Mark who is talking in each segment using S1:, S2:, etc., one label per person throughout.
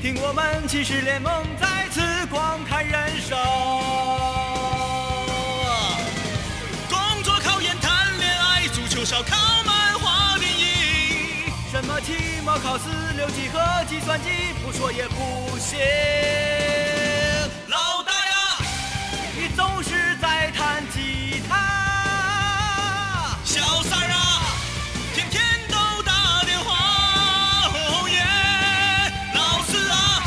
S1: 听我们骑士联盟再次光看人生。工作考研谈恋爱，足球烧烤漫画电影，什么期末考试、六级和计算机，不说也不行。老大呀，你总是在弹吉他。小三儿啊，天天都打电话。哦耶，老四啊，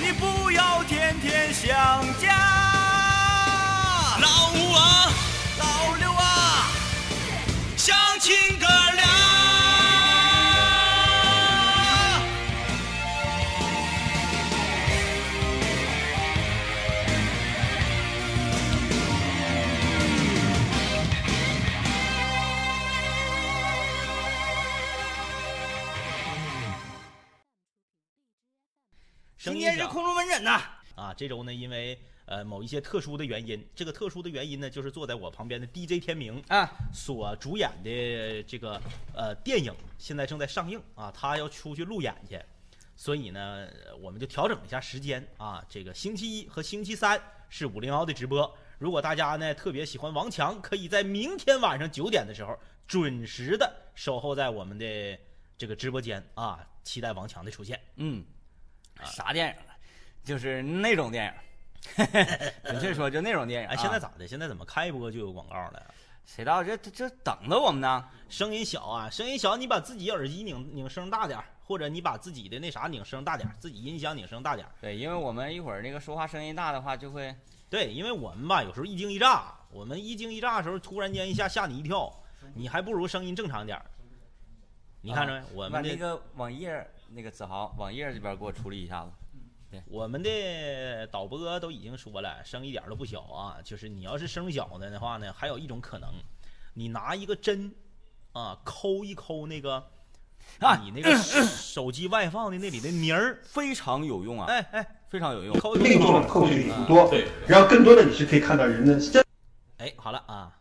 S1: 你不要天天想家。老五啊，老六啊，相亲哥俩。
S2: 声
S3: 今
S2: 音
S3: 天是
S2: 响
S3: 空中门诊呐，
S2: 啊，这周呢，因为呃某一些特殊的原因，这个特殊的原因呢，就是坐在我旁边的 DJ 天明
S3: 啊，
S2: 所主演的这个呃电影，现在正在上映啊，他要出去路演去，所以呢，呃我们就调整一下时间啊，这个星期一和星期三是五零幺的直播。如果大家呢特别喜欢王强，可以在明天晚上九点的时候准时的守候在我们的这个直播间啊，期待王强的出现。
S3: 嗯，啥电影啊了？就是那种电 影，准确说就那种电影啊。
S2: 哎，现在咋的？现在怎么开播就有广告了？
S3: 谁知道这这这等着我们呢？
S2: 声音小啊，声音小，你把自己耳机拧拧声大点儿，或者你把自己的那啥拧声大点儿，自己音响拧声大点儿。
S3: 对，因为我们一会儿那个说话声音大的话，就会
S2: 对，因为我们吧，有时候一惊一乍，我们一惊一乍的时候，突然间一下吓你一跳，你还不如声音正常点儿。你看着没？我
S3: 把
S2: 们的、
S3: 啊那个网页那个子豪网页这边给我处理一下子。
S2: 我们的导播都已经说了，声一点儿都不小啊。就是你要是声小的的话呢，还有一种可能，你拿一个针啊抠一抠那个
S3: 啊
S2: 你那个手机外放的那里的泥儿，
S3: 非常有用啊，
S2: 哎哎。
S3: 非常有用。
S2: 抠
S4: 这个做法扣去挺多，
S2: 对，
S4: 然后更多的你是可以看到人的真
S2: 哎，好了啊，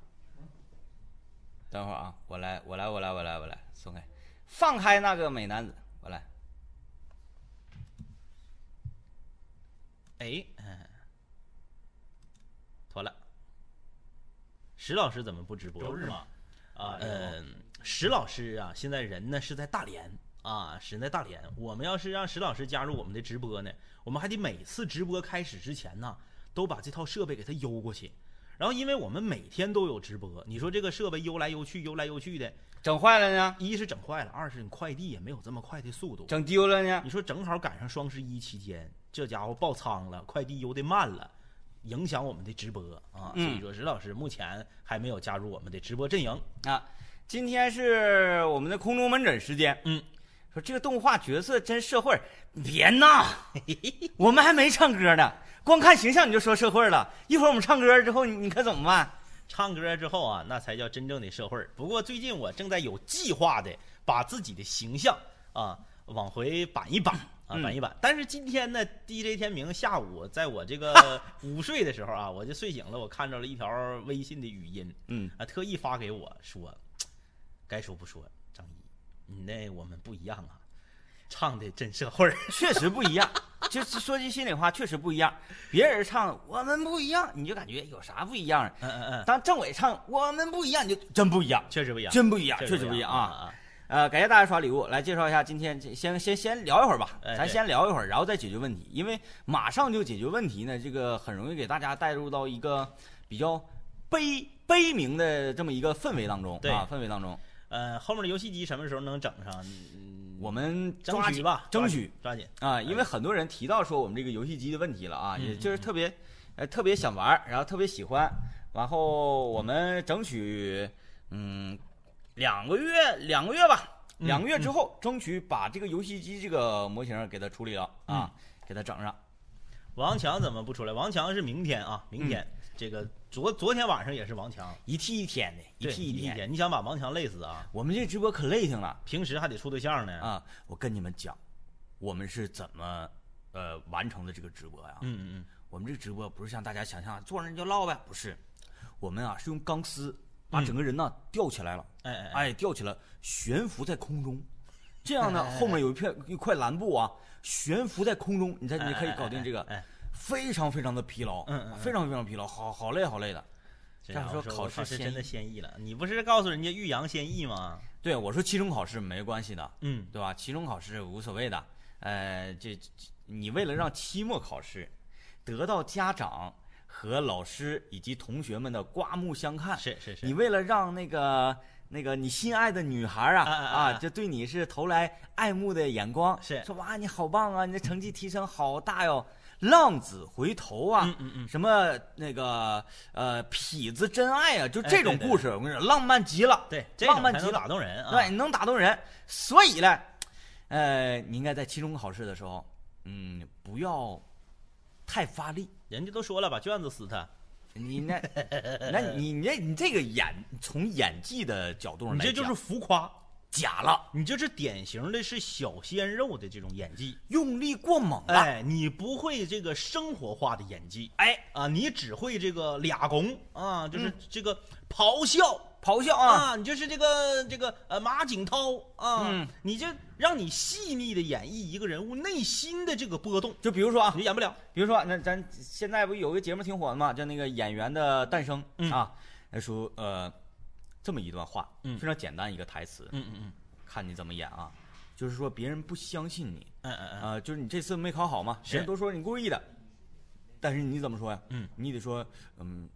S3: 等会儿啊，我来，我来，我来，我来，我来，松开，放开那个美男子，我来。
S2: 哎，嗯妥了。石老师怎么不直播？
S5: 周日
S2: 是
S5: 嘛
S2: 吗？啊，嗯，石老师啊，现在人呢是在大连啊，是在大连。我们要是让石老师加入我们的直播呢，我们还得每次直播开始之前呢，都把这套设备给他邮过去。然后，因为我们每天都有直播，你说这个设备邮来邮去、邮来邮去的，
S3: 整坏了呢，
S2: 一是整坏了，二是你快递也没有这么快的速度。
S3: 整丢了呢，
S2: 你说正好赶上双十一期间，这家伙爆仓了，快递邮的慢了，影响我们的直播啊。所
S3: 嗯
S2: 以说，石老师目前还没有加入我们的直播阵营。
S3: 啊，今天是我们的空中门诊时间。
S2: 嗯，
S3: 说这个动画角色真社会儿，你 别闹，我们还没唱歌呢，光看形象你就说社会儿了。一会儿我们唱歌之后，你你可怎么办？
S2: 唱歌之后啊，那才叫真正的社会儿。不过最近我正在有计划的把自己的形象啊往回板一板啊
S3: 嗯
S2: 板一板。但是今天呢，DJ 天明下午在我这 个午睡的时候啊，我就睡醒了，我看到了一条微信的语音，
S3: 嗯
S2: 啊，特意发给我说，该说不说，张一，你那我们不一样啊，唱的真社会儿。
S3: 确实不一样。 就是说句心里话，确实不一样。别人唱我们不一样，你就感觉有啥不一样啊？
S2: 嗯嗯嗯，
S3: 当政委唱我们不一样，你就真不一样，
S2: 确实不一样，
S3: 真不一样，确实
S2: 不
S3: 不一样
S2: 啊
S3: 啊！！呃，感谢大家刷礼物，来介绍一下今天这先先先聊一会儿吧，
S2: 哎
S3: 咱
S2: 对
S3: 先聊一会儿，然后再解决问题，因为马上就解决问题呢，这个很容易给大家带入到一个比较悲悲鸣的这么一个氛围当中
S2: 对
S3: 啊，氛围当中，
S2: 呃，后面的游戏机什么时候能整上？嗯
S3: 我们
S2: 争
S3: 抓
S2: 取
S3: 紧
S2: 吧，
S3: 争
S2: 抓
S3: 取
S2: 紧，抓紧。
S3: 啊，因为很多人提到说我们这个游戏机的问题了
S2: 哎
S3: 啊，
S2: 嗯
S3: 也就是特别，呃，特别想玩儿，然后特别喜欢，然后我们争取，嗯，两个月，两个月吧，
S2: 嗯
S3: 两个月之后，争取把这个游戏机这个模型给它处理了
S2: 嗯
S3: 啊，给它整上。
S2: 王强怎么不出来？王强是明天啊，明天、
S1: 嗯
S2: 这个昨昨天晚上也是王强，
S3: 一屉一天的，一
S2: 对
S3: 屉一
S2: 一
S3: 天。
S2: 天，你想把王强累死啊？
S3: 我们这直播可累挺了
S2: 平时还得处对象呢。
S3: 啊！我跟你们讲，我们是怎么，呃，完成的这个直播呀？
S2: 嗯嗯嗯，
S3: 我们这个直播不是像大家想象坐那儿就唠呗，不嗯是，我们啊是用钢丝把整个人呢、吊起来了，
S2: 哎哎哎，
S3: 哎，吊起来，悬浮在空中，
S1: 这样呢，
S2: 哎哎哎
S1: 后面有一片一块蓝布啊，悬浮在空中，你才你可以搞定这个，
S2: 哎，
S1: 非常非常的疲劳，
S2: 嗯嗯嗯
S1: 非常非常疲劳，好好累好累的。
S2: 这样
S1: 这样说
S2: 我
S1: 考
S2: 我
S1: 试
S2: 考试
S1: 先
S2: 真的
S1: 抑
S2: 先抑了。你不是告诉人家欲扬先抑吗？
S1: 对我说，期中考试没关系的，
S2: 嗯，
S1: 对吧？期中考试无所谓的，呃，这这你为了让期末考试得到家长和老师以及同学们的刮目相看，
S2: 是是是，
S1: 你为了让那个那个你心爱的女孩啊
S2: 啊啊啊
S1: 啊，就对你是投来爱慕的眼光，
S2: 是
S1: 说哇你好棒啊，你的成绩提升好大哟，浪子回头啊，
S2: 嗯嗯嗯
S1: 什么那个呃痞子真爱啊，就
S2: 哎
S1: 这种
S2: 对对
S1: 故事，我跟你说浪漫极了，
S2: 对，这
S1: 浪
S2: 种
S1: 漫
S2: 才
S1: 极
S2: 能
S1: 了
S2: 打动人啊。
S1: 对，你能打动人，所以呢，呃，你应该在期中考试的时候，嗯，不要太发力。
S2: 人家都说了，把卷子撕他。
S1: 你 那，那你你这你这个演从演技的角度上
S2: 你
S1: 来
S2: 这
S1: 讲，
S2: 就是浮夸，
S1: 假了，
S2: 你这是典型的是小鲜肉的这种演技。
S1: 用力过猛了。哎
S2: 哎，你不会这个生活化的演技
S1: 哎，
S2: 啊，你只会这个俩拱啊，就是这个咆哮。
S1: 咆哮啊！
S2: 啊，你就是这个这个呃马景涛啊，
S1: 嗯
S2: 你就让你细腻的演绎一个人物内心的这个波动，
S1: 就比如说啊
S2: 你，就演不了。
S1: 比如说那咱现在不有个节目挺火的嘛，叫那个《演员的诞生》
S2: 嗯
S1: 啊，他说呃这么一段话，
S2: 嗯
S1: 非常简单一个台词，
S2: 嗯嗯
S1: 看你怎么演啊，就是说别人不相信你，
S2: 嗯嗯嗯嗯，
S1: 啊，就是你这次没考好嘛，
S2: 是
S1: 人都说你故意的，但是你怎么说呀？
S2: 嗯，
S1: 你得说，嗯，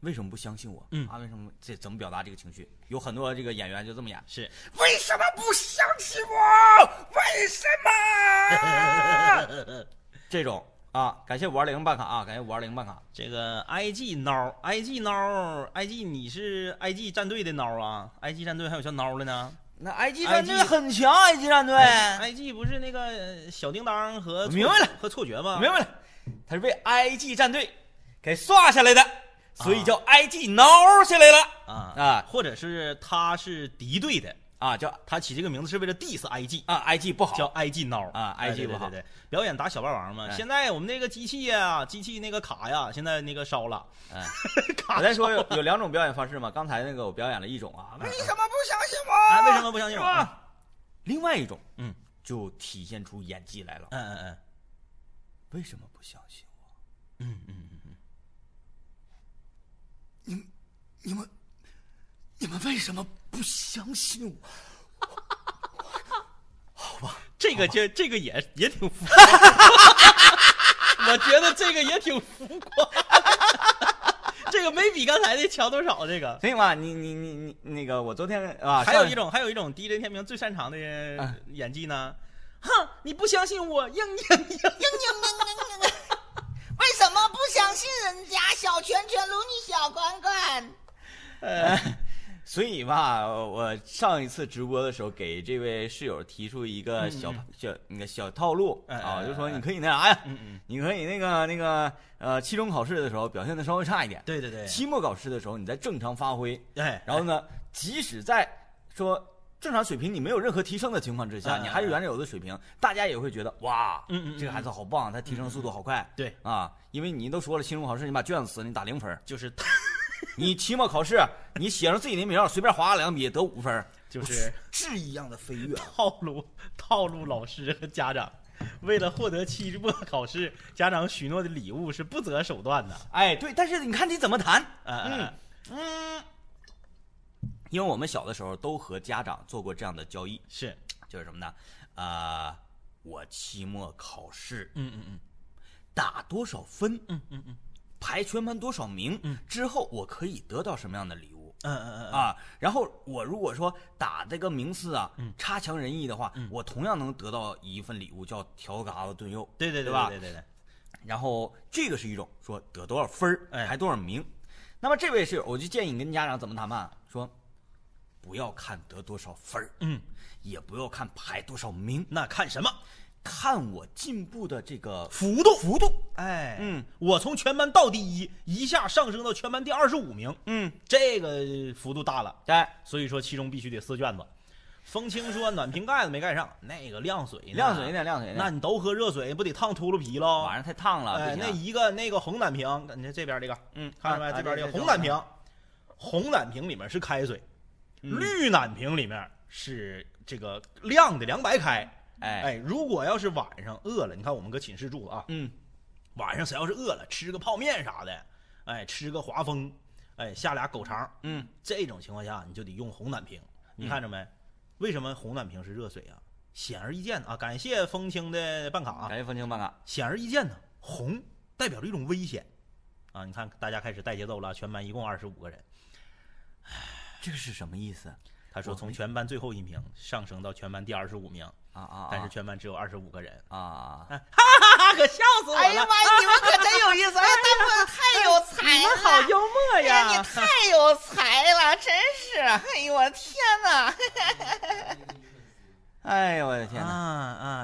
S1: 为什么不相信我？
S2: 嗯
S1: 啊，为什么这怎么表达这个情绪？有很多这个演员就这么演，
S2: 是
S1: 为什么不相信我？为什
S2: 呃啊
S1: 么？这种啊，感谢五二零办卡啊，感谢五二零办卡。
S2: 这个 IG 孬，IG 孬，IG 你是 IG 战队的孬啊，IG 战队还有叫孬的呢。
S1: 那 IG 战
S2: 战队
S1: 队很强，IG 战队，
S2: IG 不是那个呃小叮当和
S1: 我明白了
S2: 和错觉吗？
S1: 明白了，啊他是被 IG 战队给刷下来的，所以
S2: 啊
S1: 叫 IG 挠下来了
S2: 啊
S1: 啊
S2: 或者是他是敌对的，
S1: 啊，叫
S2: 他起这个名字是为了 diss IG。
S1: 啊，IG 不好，
S2: 叫 IG 孬
S1: 啊
S2: 哎
S1: IG
S2: 对
S1: 不好
S2: 对对对，表演打小霸王嘛。
S1: 哎
S2: 现在我们那个机器呀、机器那个卡呀，现在那个烧了，
S1: 哎
S2: 卡
S1: 我再说有有两种表演方式嘛，刚才那个我表演了一种啊，为什么不相信我？
S2: 哎为什么不相信我
S1: 是吧？另外一种，
S2: 嗯，
S1: 就体现出演技来了。
S2: 嗯嗯嗯
S1: 为什么不相信我？
S2: 嗯嗯嗯嗯，
S1: 你们，你们为什么不相信我？
S2: 这个这这个也也挺浮夸， 我觉得这个也挺浮 夸，这个没比刚才那强多少，这个。
S1: 所以嘛，你你你你那个，我昨天啊，
S2: 还有
S1: 上
S2: 一种，还有一种 DJ 天明最擅长的
S1: 啊
S2: 演技呢。哼，你不相信我，硬硬硬。
S5: 为什么不相信人家小拳拳撸你小管管？
S2: 哎
S1: 所以吧，我上一次直播的时候，给这位室友提出一个小、小那个小套路
S2: 嗯哎哎
S1: 啊，
S2: 哎
S1: 就说
S2: 哎
S1: 你可以那啥呀，
S2: 嗯嗯，
S1: 你可以那个那个呃，期中考试的时候表现的稍微差一点，
S2: 对对对，
S1: 期末考试的时候你再正常发挥，
S2: 哎，
S1: 然后呢，即使在说正常水平你没有任何提升的情况之下，
S2: 嗯嗯
S1: 你还是
S2: 嗯
S1: 原有的水平，大家也会觉得哇，
S2: 嗯嗯嗯嗯
S1: 这个孩子好棒，啊他提升速度好快，
S2: 对，
S1: 啊，因为你都说了期中考试你把卷子撕了，你打零分儿，
S2: 就是
S1: 你期末考试你写上自己的名儿，随便划了两笔得五分儿，
S2: 就是
S1: 质一样的飞跃。
S2: 套路套路老师和家长，为了获得期末考试家长许诺的礼物是不择手段的。
S1: 哎，对，但是你看你怎么谈？
S2: 哎哎哎
S1: 嗯嗯，因为我们小的时候都和家长做过这样的交易，
S2: 是，
S1: 就是什么呢？啊，我期末考试
S2: 嗯嗯嗯
S1: 打多少分，
S2: 嗯嗯嗯
S1: 排全班多少名
S2: 嗯，
S1: 之后我可以得到什么样的礼物？
S2: 嗯嗯嗯
S1: 啊，然后我如果说打这个名次啊
S2: 嗯，
S1: 差强人意的话
S2: 嗯，
S1: 我同样能得到一份礼物，叫调嘎子炖肉。
S2: 对对
S1: 对
S2: 吧？
S1: 吧
S2: 对对对，
S1: 然后这个是一种说得多少分儿，
S2: 哎
S1: 排多少名。那么这位室友，我就建议你跟家长怎么谈判啊，说不要看得多少分儿，
S2: 嗯，
S1: 也不要看排多少名，
S2: 那看什么？
S1: 看我进步的这个
S2: 幅度，幅度，哎，
S1: 嗯，
S2: 我从全班倒第一，一下上升到全班第二十五名，
S1: 嗯，
S2: 这个幅度大了。
S1: 哎，
S2: 所以说其中必须得撕卷子。风清说暖瓶盖子没盖上，那个晾水呢
S1: 晾水呢，晾水
S2: 那
S1: 呢，
S2: 你都喝热水不得烫秃噜皮喽？
S1: 晚上太烫了，
S2: 哎，
S1: 不行
S2: 那
S1: 啊
S2: 一个那个红暖瓶，你看这边这个，
S1: 嗯，
S2: 看着
S1: 啊
S2: 没？这边这个
S1: 啊对
S2: 红暖瓶，红暖瓶里面是开水，
S1: 嗯
S2: 绿暖瓶里面是这个亮的两百开。
S3: 哎
S2: 哎，如果要是晚上饿了，你看我们搁寝室住了啊，
S3: 嗯，
S2: 晚上谁要是饿了，吃个泡面啥的，哎，吃个华丰，哎，下俩狗肠，
S3: 嗯，
S2: 这种情况下你就得用红暖瓶。
S1: 嗯
S2: 你看着没？为什么红暖瓶是热水啊？显而易见啊！感谢风清的办卡啊！
S3: 感谢风情办卡，
S2: 显而易见呢，红代表着一种危险啊！你看，大家开始带节奏了，全班一共二十五个人。
S3: 这是什么意思？
S2: 他说
S3: 我
S2: 从全班最后一名上升到全班第二十五名，
S3: 啊啊！
S2: 但是哎全班只有二十五个人，
S3: 啊啊，啊
S2: 哈哈，可笑死我
S5: 哎呀
S2: 了！
S5: 妈呀，你们可真有意思！哎 呀，他们太有才
S6: 你
S5: 了，
S6: 们好幽默
S5: 哎呀，
S6: 呀
S5: 你！太有才了，真是！哎呦，我的天哪！
S3: 哎呦我的天
S2: 啊
S3: 哪！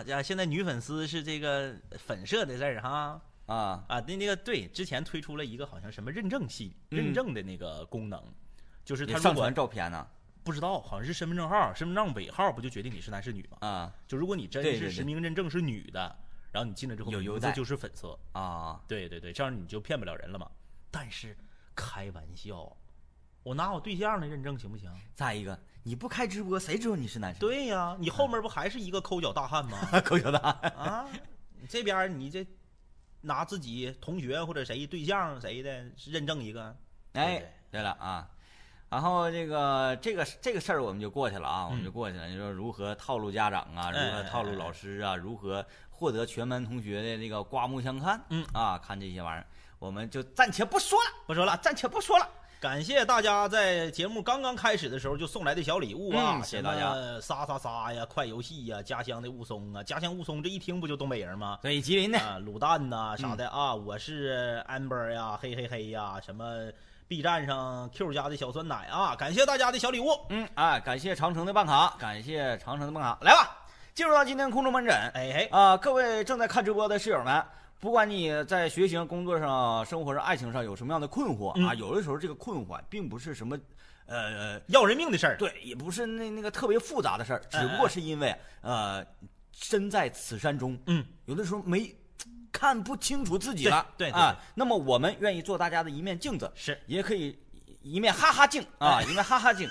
S2: 啊啊！现在女粉丝是这个粉色的字儿哈
S3: 啊，
S2: 啊，那那个对，之前推出了一个好像什么认证系认
S3: 嗯
S2: 证的那个功能，就是他
S3: 也
S2: 如
S3: 上
S2: 果
S3: 传照片呢？
S2: 不知道，好像是身份证号，身份证尾号不就决定你是男是女吗？
S3: 啊
S2: 就如果你真
S3: 对
S2: 是
S3: 对
S2: 实
S3: 对
S2: 名认证是女的，然后你进来之后
S3: 有优
S2: 名字
S3: 待
S2: 就是粉色，
S3: 啊，
S2: 对对对，这样你就骗不了人了嘛。但是开玩笑，我拿我对象的认证行不行？
S3: 再一个，你不开直播，谁知道你是男生？
S2: 对呀、你后面不还是一个抠脚大汉吗？
S3: 对，狗小大，
S2: 啊，你这边儿你这拿自己同学或者谁对象谁的认证一个，
S3: 哎
S2: 对，
S3: 对了啊，然后这个这个这个事儿我们就过去了啊，我们
S2: 嗯
S3: 就过去了。你说如何套路家长啊，如
S2: 哎
S3: 何
S2: 哎
S3: 套路
S2: 哎哎
S3: 老师啊，如何获得全班同学的这个刮目相看？
S2: 嗯
S3: 啊，看这些玩意儿，我们就暂且不说了，
S2: 不说了，
S3: 暂且不说了。
S2: 感谢大家在节目刚刚开始的时候就送来的小礼物啊！
S3: 嗯谢谢大
S2: 什
S3: 家
S2: 么杀杀杀呀，快游戏呀，家乡的雾凇啊，家乡雾凇这一听不就东北人吗？
S3: 所以吉林的，
S2: 啊，卤蛋呐、啥的啊，我是 amber 呀，嘿嘿嘿呀，什么 B 站上 Q 家的小酸奶啊，感谢大家的小礼物。
S3: 嗯啊，感谢长城的办卡，感谢长城的办卡，来吧，进入到今天空中门诊。
S2: 哎嘿，
S3: 啊、各位正在看直播的室友们，不管你在学习上、工作上、生活上、爱情上有什么样的困惑、啊，
S2: 嗯
S3: 有的时候这个困惑并不是什么，呃，
S2: 要人命的事儿，
S3: 对，也不是那那个特别复杂的事儿，只不过是因为呃，身在此山中，
S2: 哎嗯，
S3: 有的时候没看不清楚自己了，
S2: 对对对
S3: 啊，那么我们愿意做大家的一面镜子，
S2: 是
S3: 也可以一面哈哈镜
S2: 哎
S3: 啊，一面哈 哈镜。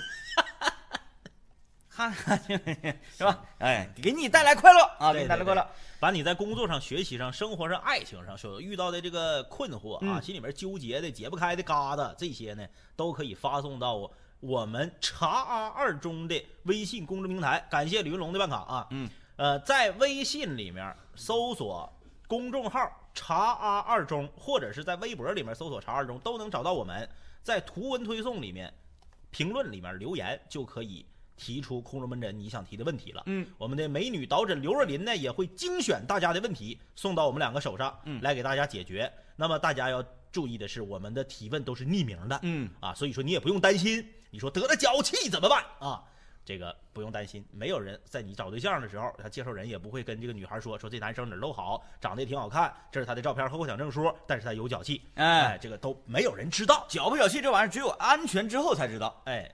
S3: 哈哈镜 是吧？哎，给你带来快乐啊，给
S2: 对
S3: 你带来快乐。
S2: 把你在工作上、学习上、生活上、爱情上所遇到的这个困惑啊，
S3: 嗯
S2: 心里面纠结的、解不开的疙瘩，这些呢，都可以发送到我我们茶阿二中的微信公众平台。感谢李云龙的办卡啊，
S3: 嗯，
S2: 呃，在微信里面搜索公众号“茶阿二中”，或者是在微博里面搜索“茶二中”，都能找到我们。在图文推送里面、评论里面留言，就可以提出空中门诊你想提的问题了。
S3: 嗯，
S2: 我们的美女导诊刘若琳呢，也会精选大家的问题送到我们两个手上，
S3: 嗯
S2: 来给大家解决。那么大家要注意的是，我们的提问都是匿名的，
S3: 嗯，
S2: 啊，所以说你也不用担心，你说得了脚气怎么办啊？这个不用担心，没有人在你找对象的时候，他介绍人也不会跟这个女孩说说这男生哪儿都好，长得也挺好看，这是他的照片和获奖证书，但是他有脚气，
S3: 哎，
S2: 这个都没有人知道，
S3: 脚不脚气这玩意儿只有安全之后才知道。
S2: 哎，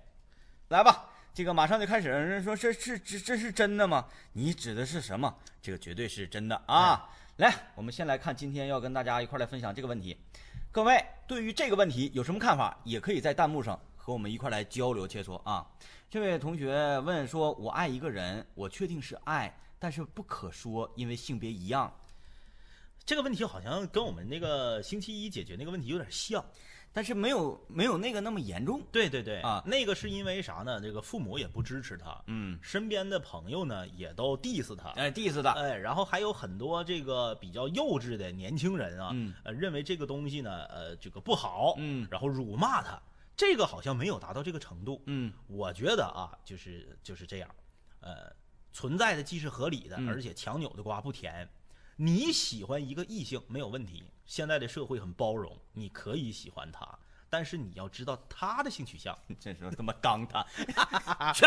S3: 来吧，这个马上就开始。有人说这是这这是真的吗？你指的是什么？这个绝对是真的啊！来，我们先来看今天要跟大家一块儿来分享这个问题。各位对于这个问题有什么看法？也可以在弹幕上和我们一块儿来交流切磋啊。这位同学问说：“我爱一个人，我确定是爱，但是不可说，因为性别一样。
S2: 这个问题好像跟我们那个星期一解决那个问题有点像。
S3: 但是没有没有那个那么严重。
S2: 对对对
S3: 啊
S2: 那个是因为啥呢？这个父母也不支持他，
S3: 嗯，
S2: 身边的朋友呢也都 diss 他。
S3: 哎，diss 的，
S2: 哎，然后还有很多这个比较幼稚的年轻人啊，
S3: 嗯
S2: 呃，认为这个东西呢，呃，这个不好，
S3: 嗯
S2: 然后辱骂他，这个好像没有达到这个程度。
S3: 嗯
S2: 我觉得啊，就是就是这样，呃，存在的既是合理的，
S3: 嗯
S2: 而且强扭的瓜不甜。你喜欢一个异性没有问题，现在的社会很包容，你可以喜欢他，但是你要知道他的性取向。
S3: 这时候 他妈刚他，
S2: 去，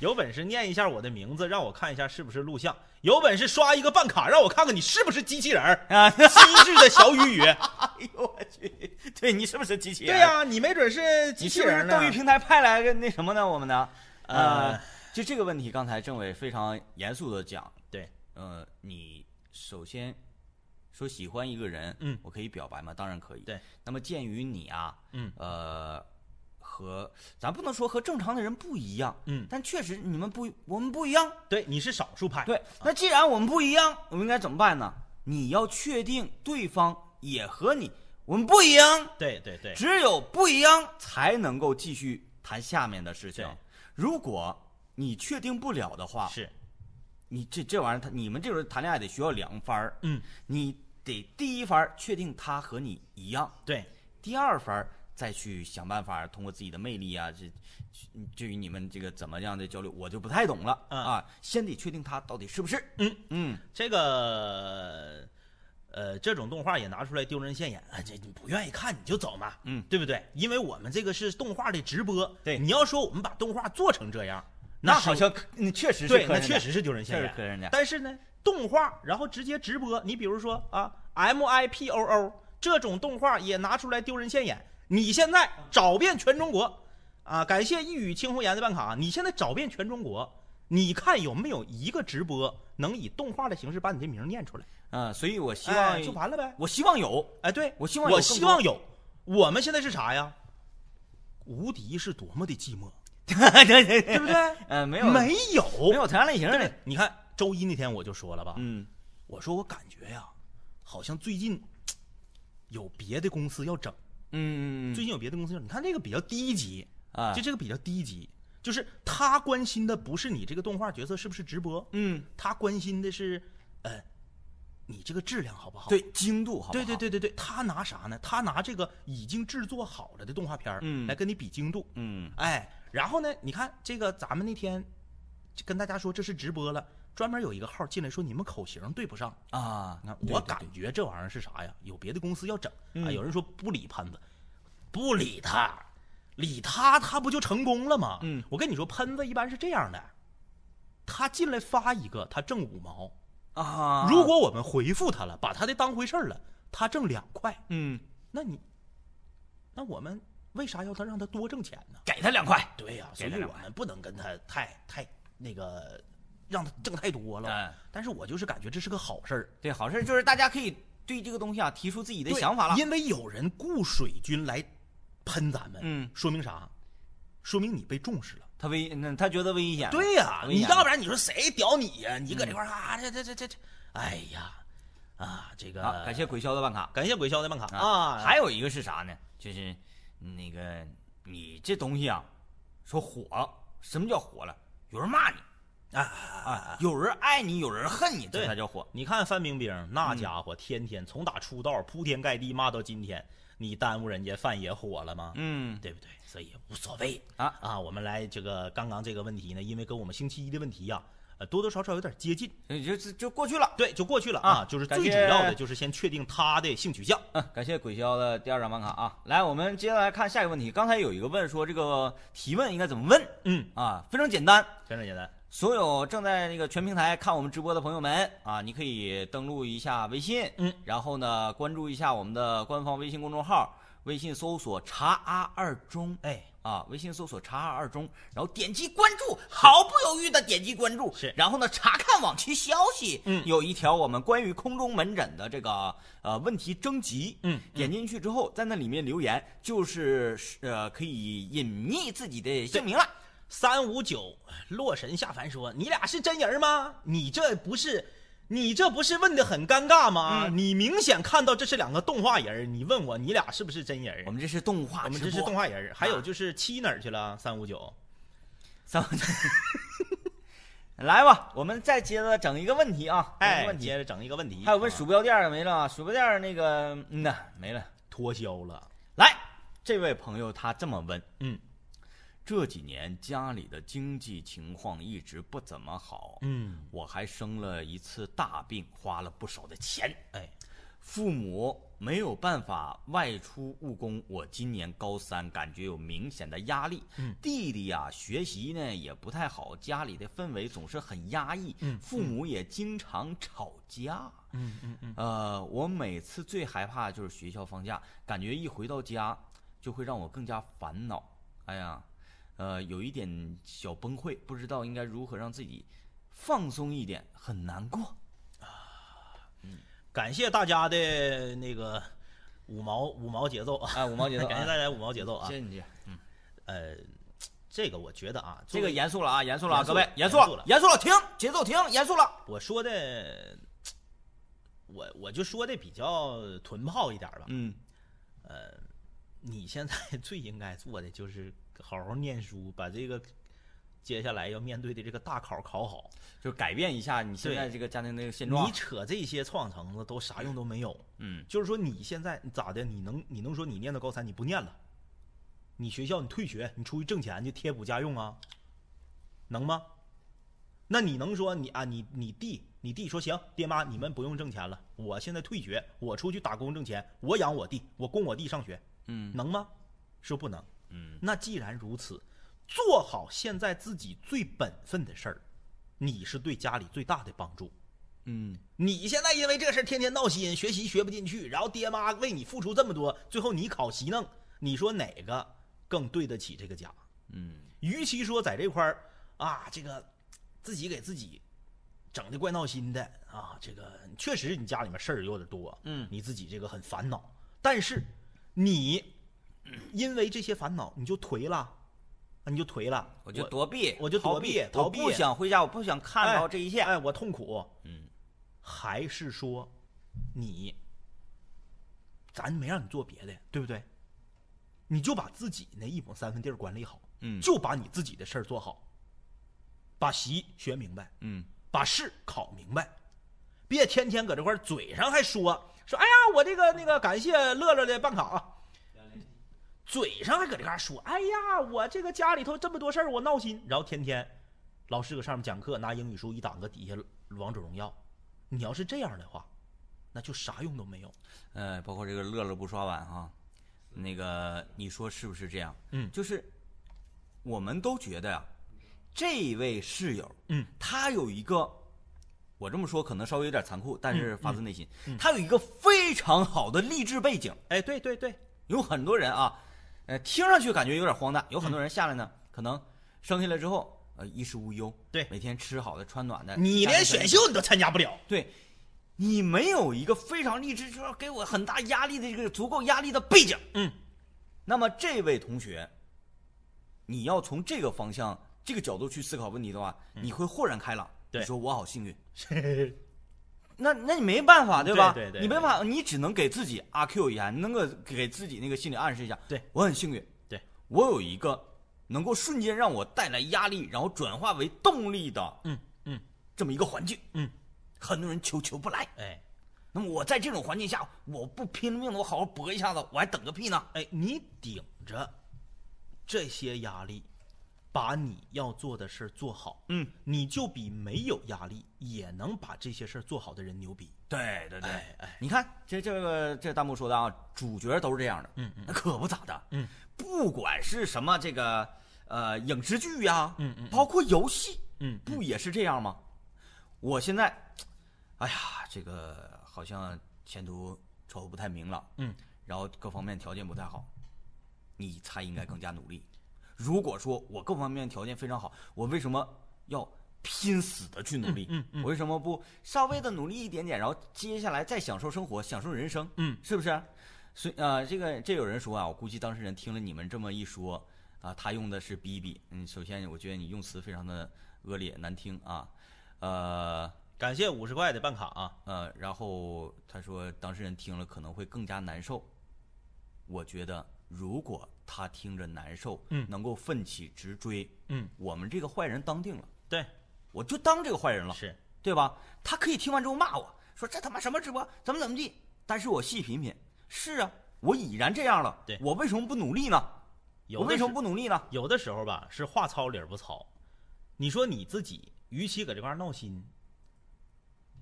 S2: 有本事念一下我的名字，让我看一下是不是录像；有本事刷一个办卡，让我看看你是不是机器人儿，
S3: 啊
S2: 机智的小雨雨。
S3: 哎呦我去！ 对你是不是机器人？
S2: 对、呀、你没准是
S3: 你
S2: 机器
S3: 是不是
S2: 人呢
S3: 斗鱼平台派来个那什么呢？我们呢？呃
S2: 呃，
S3: 就这个问题，刚才政委非常严肃的讲，
S2: 对，
S3: 呃，你首先说喜欢一个人，
S2: 嗯
S3: 我可以表白吗？当然可以。
S2: 对，
S3: 那么鉴于你啊，
S2: 嗯
S3: 呃，和咱不能说和正常的人不一样，
S2: 嗯
S3: 但确实你们不，我们不一样。
S2: 对，你是少数派，
S3: 对，那既然我们不一样，我们应该怎么办呢？你要确定对方也和你我们不一样，
S2: 对对对，
S3: 只有不一样才能够继续谈下面的事情
S2: 对。
S3: 如果你确定不了的话，
S2: 是，
S3: 你这这玩意儿，他你们这种谈恋爱得需要两番儿，
S2: 嗯，
S3: 你得第一番儿确定他和你一样，
S2: 对，
S3: 第二番儿再去想办法通过自己的魅力啊，这这至于你们这个怎么样的交流，我就不太懂了、
S2: 嗯
S3: 啊。先得确定他到底是不是，
S2: 嗯
S3: 嗯，
S2: 这个呃，这种动画也拿出来丢人现眼啊！这你不愿意看你就走嘛，
S3: 嗯
S2: 对不对？因为我们这个是动画的直播，
S3: 对
S2: 你要说我们把动画做成这样，
S3: 那
S2: 是
S3: 好像可嗯确实是
S2: 对，
S3: 客
S2: 那
S3: 人
S2: 确
S3: 的
S2: 实是丢人现
S3: 确
S2: 眼，
S3: 实客人的
S2: 但是呢，动画然后直接直播，你比如说啊，M I P O O 这种动画也拿出来丢人现眼。你现在找遍全中国，啊，感谢一语青红颜的办卡，你现在找遍全中国，你看有没有一个直播能以动画的形式把你这名儿念出来？
S3: 嗯，所以我希望、
S2: 哎，就完了呗。
S3: 我希望有，
S2: 哎，对，
S3: 我希望有
S2: 我
S3: 更
S2: 希
S3: 多
S2: 望有。我们现在是啥呀？无敌是多么的寂寞，
S3: 对对
S2: 对
S3: 对
S2: 不对？
S3: 呃，没有
S2: 没有，
S3: 没有谈恋爱类型
S2: 对
S3: 的，
S2: 你看周一那天我就说了吧，
S3: 嗯，
S2: 我说我感觉呀，好像最近有别的公司要整，
S3: 嗯，
S2: 最近有别的公司要整，你看这个比较低级
S3: 啊
S2: 就这个比较低级，就是他关心的不是你这个动画角色是不是直播，
S3: 嗯，
S2: 他关心的是，呃，你这个质量好不好？
S3: 对精度好不
S2: 对
S3: 好，
S2: 对对对对，他拿啥呢？他拿这个已经制作好了的动画片儿
S3: 嗯
S2: 来跟你比精度。
S3: 嗯
S2: 哎，然后呢，你看这个咱们那天就跟大家说这是直播了，专门有一个号进来说你们口型对不上。
S3: 啊，
S2: 你看
S3: 对
S2: 我
S3: 对
S2: 感
S3: 对
S2: 觉这玩意儿是啥呀？有别的公司要整啊，
S3: 嗯
S2: 有人说不理潘子，不理他，理他他不就成功了吗？
S3: 嗯，
S2: 我跟你说，喷子一般是这样的，他进来发一个，他挣五毛。
S3: 啊，
S2: 如果我们回复他了，把他的当回事儿了，他挣两块，
S3: 嗯
S2: 那你，那我们为啥要他让他多挣钱呢？
S3: 给他两块，
S2: 对呀、所
S3: 给
S2: 以
S3: 他两
S2: 我
S3: 块
S2: 们不能跟他太太那个，让他挣太多了。
S3: 哎
S2: 但是我就是感觉这是个好事儿。
S3: 对，好事就是大家可以对这个东西啊提出自己的
S2: 对
S3: 想法了，
S2: 因为有人雇水军来喷咱们，
S3: 嗯
S2: 说明啥？说明你被重视了。
S3: 他危，那他觉得危险了，
S2: 对呀、
S3: 危
S2: 你
S3: 险
S2: 要
S3: 了
S2: 不然你说谁屌你呀、你搁这块儿啊，这这这这这，哎呀，啊，这个啊
S3: 好，感谢鬼骁的办卡
S2: 感谢鬼笑的办卡
S3: 还有一个是啥呢？就是那个你这东西啊，说火，什么叫火了？有人骂你
S2: 啊，
S3: 啊，有人爱你，有人恨你，这
S2: 对
S3: 才叫火。
S2: 你看范冰冰
S3: 嗯
S2: 那家伙天天从打出道铺天盖地骂到今天，你耽误人家饭也火了吗？
S3: 嗯，
S2: 对不对？所以无所谓
S3: 啊
S2: 啊！我们来这个刚刚这个问题呢，因为跟我们星期一的问题呀、呃，多多少少有点接近，
S3: 所以就就就过去了。
S2: 对，就过去了
S3: 啊
S2: 就是
S3: 感
S2: 最主
S3: 谢
S2: 要的就是先确定他的性取向。
S3: 嗯，感谢鬼骁的第二张办卡啊！来，我们接下来看下一个问题。刚才有一个问说这个提问应该怎么问
S2: 嗯，
S3: 啊？非常简单，
S2: 非常简单。
S3: 所有正在那个全平台看我们直播的朋友们啊，你可以登录一下微信，
S2: 嗯，
S3: 然后呢关注一下我们的官方微信公众号，微信搜索“茶阿二中”，
S2: 哎，
S3: 啊，微信搜索“茶二中”，然后点击关注，毫不犹豫的点击关注，
S2: 是
S3: 然后呢，查看往期消息，
S2: 嗯
S3: 有一条我们关于空中门诊的这个呃问题征集，
S2: 嗯
S3: 点进去之后，在那里面留言，就是呃可以隐匿自己的姓名了，
S2: 三五九洛神下凡说：“你俩是真人吗？你这不是，你这不是问的很尴尬吗？
S3: 嗯
S2: 你明显看到这是两个动画人儿，你问我你俩是不是真人儿？
S3: 我们这是动画直播，啊
S2: 我们这是动画人儿。还有就是七哪儿去了？三五九，
S3: 三万多来吧，我们再接着整一个问题啊，整一个
S2: 哎，
S3: 问题
S2: 接着整一个问题，
S3: 还有问
S2: 啊
S3: 鼠标垫儿没了啊，鼠标垫儿那个嗯呐没了。
S2: 脱销了，
S3: 来，这位朋友他这么问，
S2: 嗯
S3: 这几年家里的经济情况一直不怎么好，
S2: 嗯，
S3: 我还生了一次大病，花了不少的钱，
S2: 哎，
S3: 父母没有办法外出务工，我今年高三，感觉有明显的压力。
S2: 嗯
S3: 弟弟呀、学习呢也不太好，家里的氛围总是很压抑，
S2: 嗯
S3: 父母也经常吵架。
S2: 嗯嗯嗯，
S3: 呃，我每次最害怕就是学校放假，感觉一回到家就会让我更加烦恼。哎呀，呃，有一点小崩溃，不知道应该如何让自己放松一点，很难 过。
S2: 感谢大家的那个五毛五毛节奏啊，
S3: 哎，五毛姐
S2: 感谢大家的五毛节奏啊
S3: 谢，谢你姐。
S2: 呃，这个我觉得啊，
S3: 这个
S2: 严，
S3: 严肃了啊，严肃了啊，
S2: 严肃
S3: 各位，严
S2: 严
S3: 肃
S2: 肃
S3: 了
S2: 了，
S3: 严肃了，停，节奏停，严肃了。
S2: 我说的，我我就说的比较臀炮一点吧。
S3: 嗯，
S2: 呃，你现在 最应该做的就是好好念书，把这个接下来要面对的这个大考考好。
S3: 就改变一下你现
S2: 对
S3: 在这个家庭的现状
S2: 你。扯这些创层子都啥用都没有。
S3: 嗯，
S2: 就是说你现在咋的？你能你能说你念到高三你不念了？你学校你退学，你出去挣钱去贴补家用啊？能吗？那你能说你啊你你弟你弟说行，爹妈你们不用挣钱了，我现在退学，我出去打工挣钱，我养我弟，我供我弟上学，
S3: 嗯，
S2: 能吗？说不能。
S3: 嗯，
S2: 那既然如此，做好现在自己最本分的事儿，你是对家里最大的帮助。
S3: 嗯，
S2: 你现在因为这事儿天天闹心，学习学不进去，然后爹妈为你付出这么多，最后你考习弄，你说哪个更对得起这个家？
S3: 嗯，
S2: 与其说在这块儿啊，这个自己给自己整的怪闹心的啊，这个确实你家里面事儿有点多，
S3: 嗯
S2: 你自己这个很烦恼，但是你因为这些烦恼你就颓了，啊你就颓了，
S3: 我就躲避，
S2: 我就
S3: 逃
S2: 躲避
S3: 我啊
S2: 逃避
S3: 不想回家，我不想看到
S2: 哎
S3: 这一切。
S2: 哎，我痛苦，
S3: 嗯，
S2: 还是说你，咱没让你做别的，对不对？你就把自己那一亩三分地儿管理好，
S3: 嗯
S2: 就把你自己的事儿做好，把习学明白，
S3: 嗯，
S2: 把试考明白，别天天搁这块儿嘴上还说说，哎呀，我这个那个感谢乐乐的办卡啊，嘴上还搁这嘎说，哎呀，我这个家里头这么多事儿，我闹心，然后天天老师搁上面讲课，拿英语书一挡个底下王者荣耀，你要是这样的话，那就啥用都没有。
S3: 呃，包括这个乐乐不刷碗哈，那个你说是不是这样？
S2: 嗯
S3: 就是我们都觉得呀、这位室友，
S2: 嗯，
S3: 他有一个，我这么说可能稍微有点残酷，但是发自内心，他有一个非常好的励志背景。
S2: 哎，对对对，
S3: 有很多人啊，呃，听上去感觉有点荒诞，
S2: 嗯
S3: 有很多人下来呢，可能生下来之后，呃，衣食无忧，
S2: 对
S3: 每天吃好的穿暖的，
S2: 你
S3: 家里
S2: 连
S3: 有
S2: 选秀你都参加不了。
S3: 对，你没有一个非常励志，就是给我很大压力的这个足够压力的背景。
S2: 嗯，
S3: 那么这位同学，你要从这个方向、这个角度去思考问题的话，你会豁然开朗。
S2: 嗯对
S3: 你说我好幸运。那那你没办法对吧？
S2: 对对对
S3: 你没办法，你只能给自己阿 Q 一下，你能够给自己那个心理暗示一下。
S2: 对
S3: 我很幸运，
S2: 对
S3: 我有一个能够瞬间让我带来压力，然后转化为动力的，
S2: 嗯嗯
S3: 这么一个环境。
S2: 嗯，
S3: 很多人求求不来。
S2: 哎
S3: 那么我在这种环境下，我不拼了命的，我好好搏一下子，我还等个屁呢？
S2: 哎，你顶着这些压力，把你要做的事儿做好，
S3: 嗯，
S2: 你就比没有压力也能把这些事儿做好的人牛逼。
S3: 对对对，
S2: 哎哎
S3: 你看这这个这弹幕说的啊，主角都是这样的，
S2: 嗯
S3: 那可不咋的，
S2: 嗯，
S3: 不管是什么这个呃影视剧呀、
S2: 嗯嗯嗯
S3: 包括游戏，
S2: 嗯
S3: 不也是这样吗？我现在，哎呀，这个好像前途瞅不太明朗，
S2: 嗯，
S3: 然后各方面条件不太好，你才应该更加努力。如果说我各方面条件非常好，我为什么要拼死的去努力？
S2: 嗯嗯
S3: 我为什么不稍微的努力一点点，然后接下来再享受生活，享受人生？
S2: 嗯，
S3: 是不是？所以呃，这个这有人说啊，我估计当事人听了你们这么一说啊，他用的是“逼逼”。嗯，首先我觉得你用词非常的恶劣难听啊，呃
S2: 感谢五十块的办卡啊！
S3: 呃，然后他说当事人听了可能会更加难受。我觉得如果他听着难受，
S2: 嗯
S3: 能够奋起直追，
S2: 嗯，
S3: 我们这个坏人当定了，
S2: 对，
S3: 我就当这个坏人了。
S2: 是，
S3: 对吧？他可以听完之后骂我说这他妈什么直播，怎么怎么地。但是我细品品，是啊，我已然这样了，
S2: 对
S3: 我为什么不努力呢？
S2: 有
S3: 我
S2: 的
S3: 为什么
S2: 时
S3: 不努力呢？
S2: 有的时候吧，是话糙理儿不糙。你说你自己，与其搁这块儿闹心，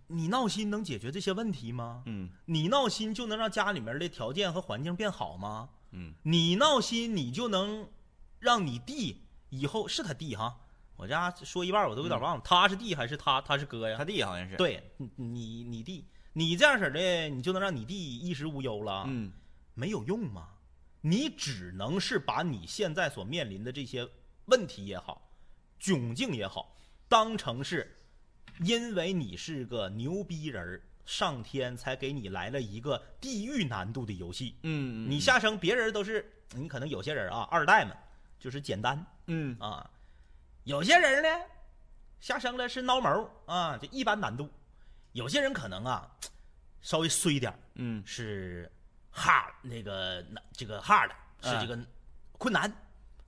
S2: 你闹心能解决这些问题吗？
S3: 嗯
S2: 你闹心就能让家里面的条件和环境变好吗？
S3: 嗯，
S2: 你闹心，你就能让你弟以后是他弟哈。我家说一半儿我都有点忘了，他是弟还是他他是哥呀
S3: 嗯他？弟好像是，，
S2: 对，你你你弟，你这样式儿的，你就能让你弟衣食无忧了。
S3: 嗯
S2: 没有用吗？你只能是把你现在所面临的这些问题也好，窘境也好，当成是因为你是个牛逼人儿，上天才给你来了一个地狱难度的游戏。
S3: 嗯，
S2: 你下生别人都是，你可能有些人啊，二代们就是简单
S3: 嗯
S2: 啊。有些人呢，下生了是孬毛啊，就一般难度；有些人可能啊，稍微衰点儿
S3: 嗯
S2: 是 hard 那个那这个 hard 是
S3: 嗯
S2: 这个困难，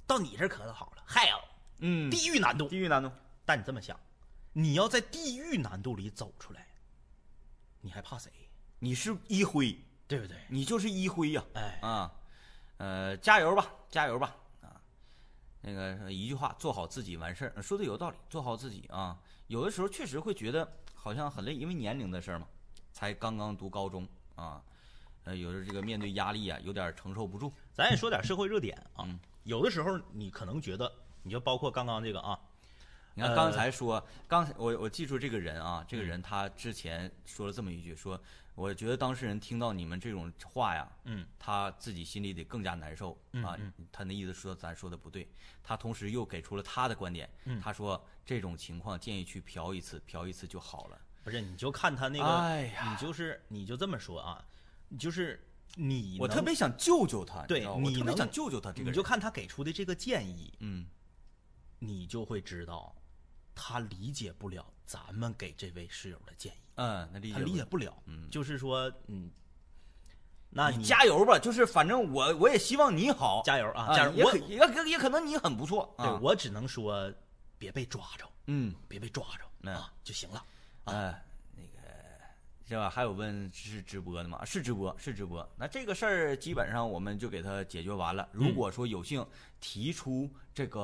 S2: 到你这儿可好了，hell
S3: 嗯，
S2: 地狱难度
S3: 地。狱难度，
S2: 但你这么想，你要在地狱难度里走出来，你还怕谁？
S3: 你是一辉，
S2: 对不对？
S3: 你就是一辉呀、
S2: 哎，
S3: 啊，呃，加油吧，加油吧，啊，那个一句话，做好自己完事儿，说的有道理，做好自己啊。有的时候确实会觉得好像很累，因为年龄的事儿嘛，才刚刚读高中啊，呃，有的这个面对压力啊，有点承受不住。
S2: 咱也说点社会热点啊
S3: 嗯。
S2: 有的时候你可能觉得，你就包括刚刚这个啊，
S3: 你看
S2: 呃
S3: 刚才说，刚才我我记住这个人啊，这个人他之前说了这么一句，说我觉得当事人听到你们这种话呀，
S2: 嗯，
S3: 他自己心里得更加难受
S2: 嗯
S3: 啊
S2: 嗯。
S3: 他那意思说咱说的不对，他同时又给出了他的观点，
S2: 嗯
S3: 他说这种情况建议去嫖一次，嫖一次就好了。
S2: 不是你就看他那
S3: 哎
S2: 个，
S3: 呀
S2: 你就是你就这么说啊，你就是你
S3: 我
S2: 能
S3: 特别想救救他，
S2: 对
S3: 你知道吗
S2: 你
S3: 我特别
S2: 能
S3: 想救救他这个
S2: 你
S3: 人，
S2: 就看他给出的这个建议，
S3: 嗯
S2: 你就会知道，他理解不了咱们给这位室友的建议，
S3: 嗯，那理
S2: 他
S3: 解
S2: 理
S3: 不
S2: 解
S3: 了。
S2: 不了。嗯，就是说，嗯，那
S3: 啊你
S2: 你
S3: 加油吧，就是反正我我也希望你好，
S2: 加油啊，
S3: 啊，
S2: 加油！
S3: 也
S2: 我
S3: 可也可也可能你很不错
S2: 对
S3: 啊，
S2: 我只能说，别被抓着，
S3: 嗯。
S2: 别被抓着
S3: 嗯
S2: 啊就行了。
S3: 啊，那个是吧？还有问是直播的吗？啊是直播，是直播。那这个事儿基本上我们就给它解决完了。
S2: 嗯
S3: 如果说有幸提出这个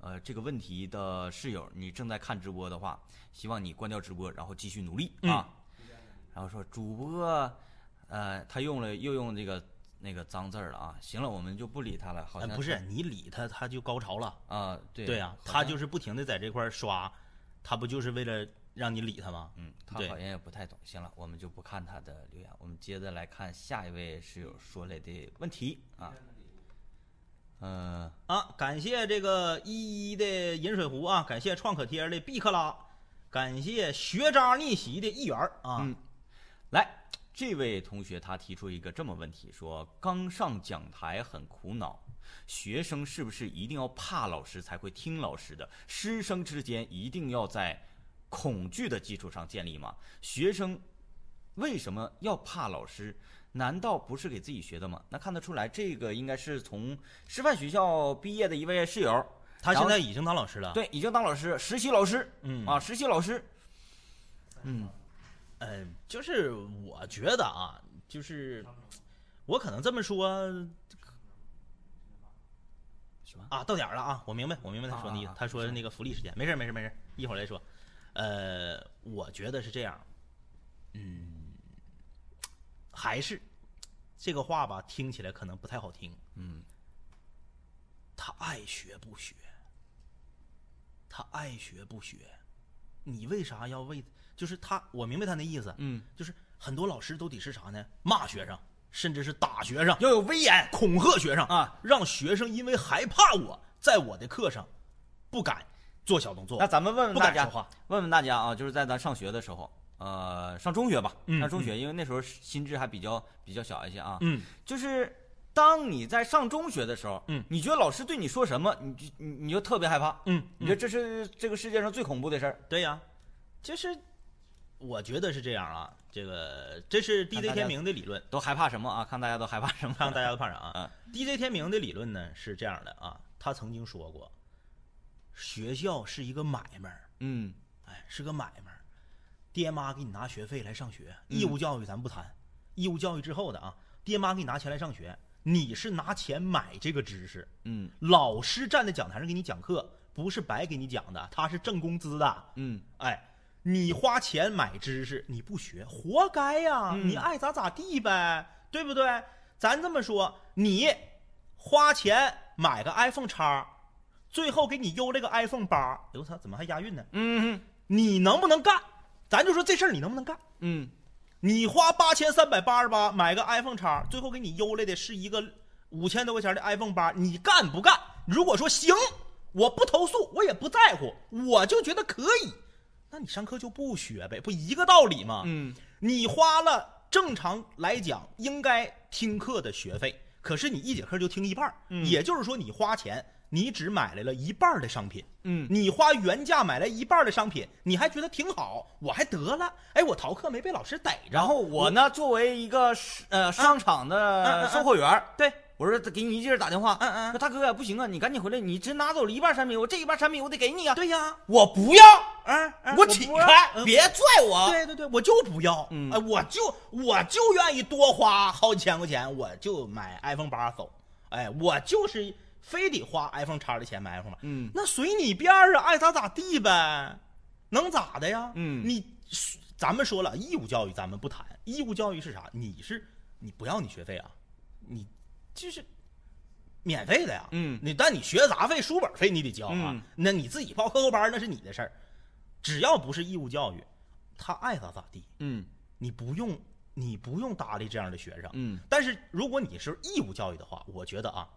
S3: 呃这个问题的室友，你正在看直播的话，希望你关掉直播，然后继续努力
S2: 嗯
S3: 啊。然后说主播，呃，他用了又用这个那个脏字儿了啊。行了，我们就不理他了，好
S2: 呃
S3: 像
S2: 不是你理他，他就高潮了。
S3: 啊、对
S2: 对呀，
S3: 好
S2: 他
S3: 像
S2: 就是不停的在这块儿刷，他不就是为了让你理他吗？
S3: 嗯，他
S2: 对
S3: 好像也不太懂。行了，我们就不看他的留言，我们接着来看下一位室友说来的问题啊。嗯、
S2: 啊，感谢这个依依的饮水壶啊，感谢创可贴的毕克拉，感谢学渣逆袭的一员儿啊，
S3: 嗯来，这位同学他提出一个这么问题，说刚上讲台很苦恼，学生是不是一定要怕老师才会听老师的？师生之间一定要在恐惧的基础上建立吗？学生为什么要怕老师？难道不是给自己学的吗？那看得出来，这个应该是从师范学校毕业的一位室友，
S2: 他
S3: 然
S2: 现
S3: 后
S2: 在已经当老师了。，
S3: 对，已经当老师，实习老师，
S2: 啊嗯
S3: 啊，实习老师，嗯
S2: 呃，就是我觉得啊，就是我可能这么说，
S3: 什么
S2: 啊？到点儿了啊，我明白，我明白他说的意思
S3: 啊啊啊。
S2: 他说那个福利时间，没事儿没事儿没事儿，一会儿再说。呃，我觉得是这样，嗯，还是这个话吧，听起来可能不太好听。
S3: 嗯，
S2: 他爱学不学，他爱学不学，你为啥要为？就是他，我明白他那意思，
S3: 嗯，
S2: 就是很多老师都得是啥呢？骂学生，甚至是打学生，
S3: 要有威严，
S2: 恐吓学生
S3: 啊，
S2: 让学生因为害怕我，在我的课上不敢做小动作
S3: 那。咱们问问
S2: 不
S3: 大
S2: 敢
S3: 家
S2: 说话，
S3: 问问大家啊，就是在咱上学的时候，呃，上中学吧，
S2: 嗯
S3: 上中学，因为那时候心智还比较比较小一些啊，
S2: 嗯，
S3: 就是当你在上中学的时候，
S2: 嗯
S3: 你觉得老师对你说什么，你就你你就特别害怕，
S2: 嗯
S3: 你觉得这是这个世界上最恐怖的事儿，
S2: 对呀，就是我觉得是这样啊，这个这是
S3: 看大
S2: DJ
S3: 家
S2: 天明的理论。
S3: 都害怕什么啊？看大家都害怕 什么？
S2: 看看大家都怕啥啊
S3: 嗯
S2: ？DJ 天明的理论呢是这样的啊，他曾经说过，学校是一个买卖儿，
S3: 嗯
S2: 哎，是个买卖儿，爹妈给你拿学费来上学，义务教育咱不谈，义务教育之后的啊，爹妈给你拿钱来上学，你是拿钱买这个知识，
S3: 嗯
S2: 老师站在讲台上给你讲课，不是白给你讲的，他是挣工资的，
S3: 嗯，
S2: 哎，你花钱买知识，你不学，活该呀、你爱咋咋地呗，对不对？咱这么说，你花钱买个 iPhone 叉，最后给你邮了个 iPhone 八，哎呦我操，怎么还押韵呢？
S3: 嗯
S2: 你能不能干？咱就说这事儿，你能不能干？
S3: 嗯
S2: 你花八千三百八十八买个 iPhone 叉，最后给你邮来的是一个五千多块钱的 iPhone 八，你干不干？如果说行，我不投诉，我也不在乎，我就觉得可以，那你上课就不学呗，不一个道理吗？
S3: 嗯，
S2: 你花了正常来讲应该听课的学费，可是你一节课就听一半儿，
S3: 嗯
S2: 也就是说你花钱，你只买来了一半儿的商品。
S3: 嗯，
S2: 你花原价买来一半儿的商品，你还觉得挺好，我还得了，哎，我逃课没被老师逮着，
S3: 然后我呢，作为一个是呃商场
S2: 嗯嗯
S3: 的
S2: 嗯
S3: 售货员儿，
S2: 对，
S3: 我说给你一劲儿打电话，
S2: 嗯嗯
S3: 说大哥不行啊，你赶紧回来，你只拿走了一半产品，我这一半产品我得给你啊，
S2: 对呀，
S3: 我不要，
S2: 嗯，嗯
S3: 我起
S2: 不让
S3: 开，
S2: 嗯
S3: 别拽我，
S2: 对对对，我就不要，
S3: 嗯
S2: 哎，我就我就愿意多花好几千块钱，我就买 iPhone 八走，哎，我就是非得花 iPhone 叉的钱买 iPhone 八，
S3: 嗯
S2: 那随你便儿啊，爱咋咋地呗，能咋的呀？
S3: 嗯
S2: 你咱们说了，义务教育咱们不谈，义务教育是啥？你是你不要你学费啊，你就是免费的呀，
S3: 嗯
S2: 你但你学杂费、书本费你得交啊，
S3: 嗯
S2: 那你自己报课后班儿那是你的事儿，只要不是义务教育，他爱咋咋地，
S3: 嗯
S2: 你不用你不用搭理这样的学生，
S3: 嗯
S2: 但是如果你是义务教育的话，我觉得啊，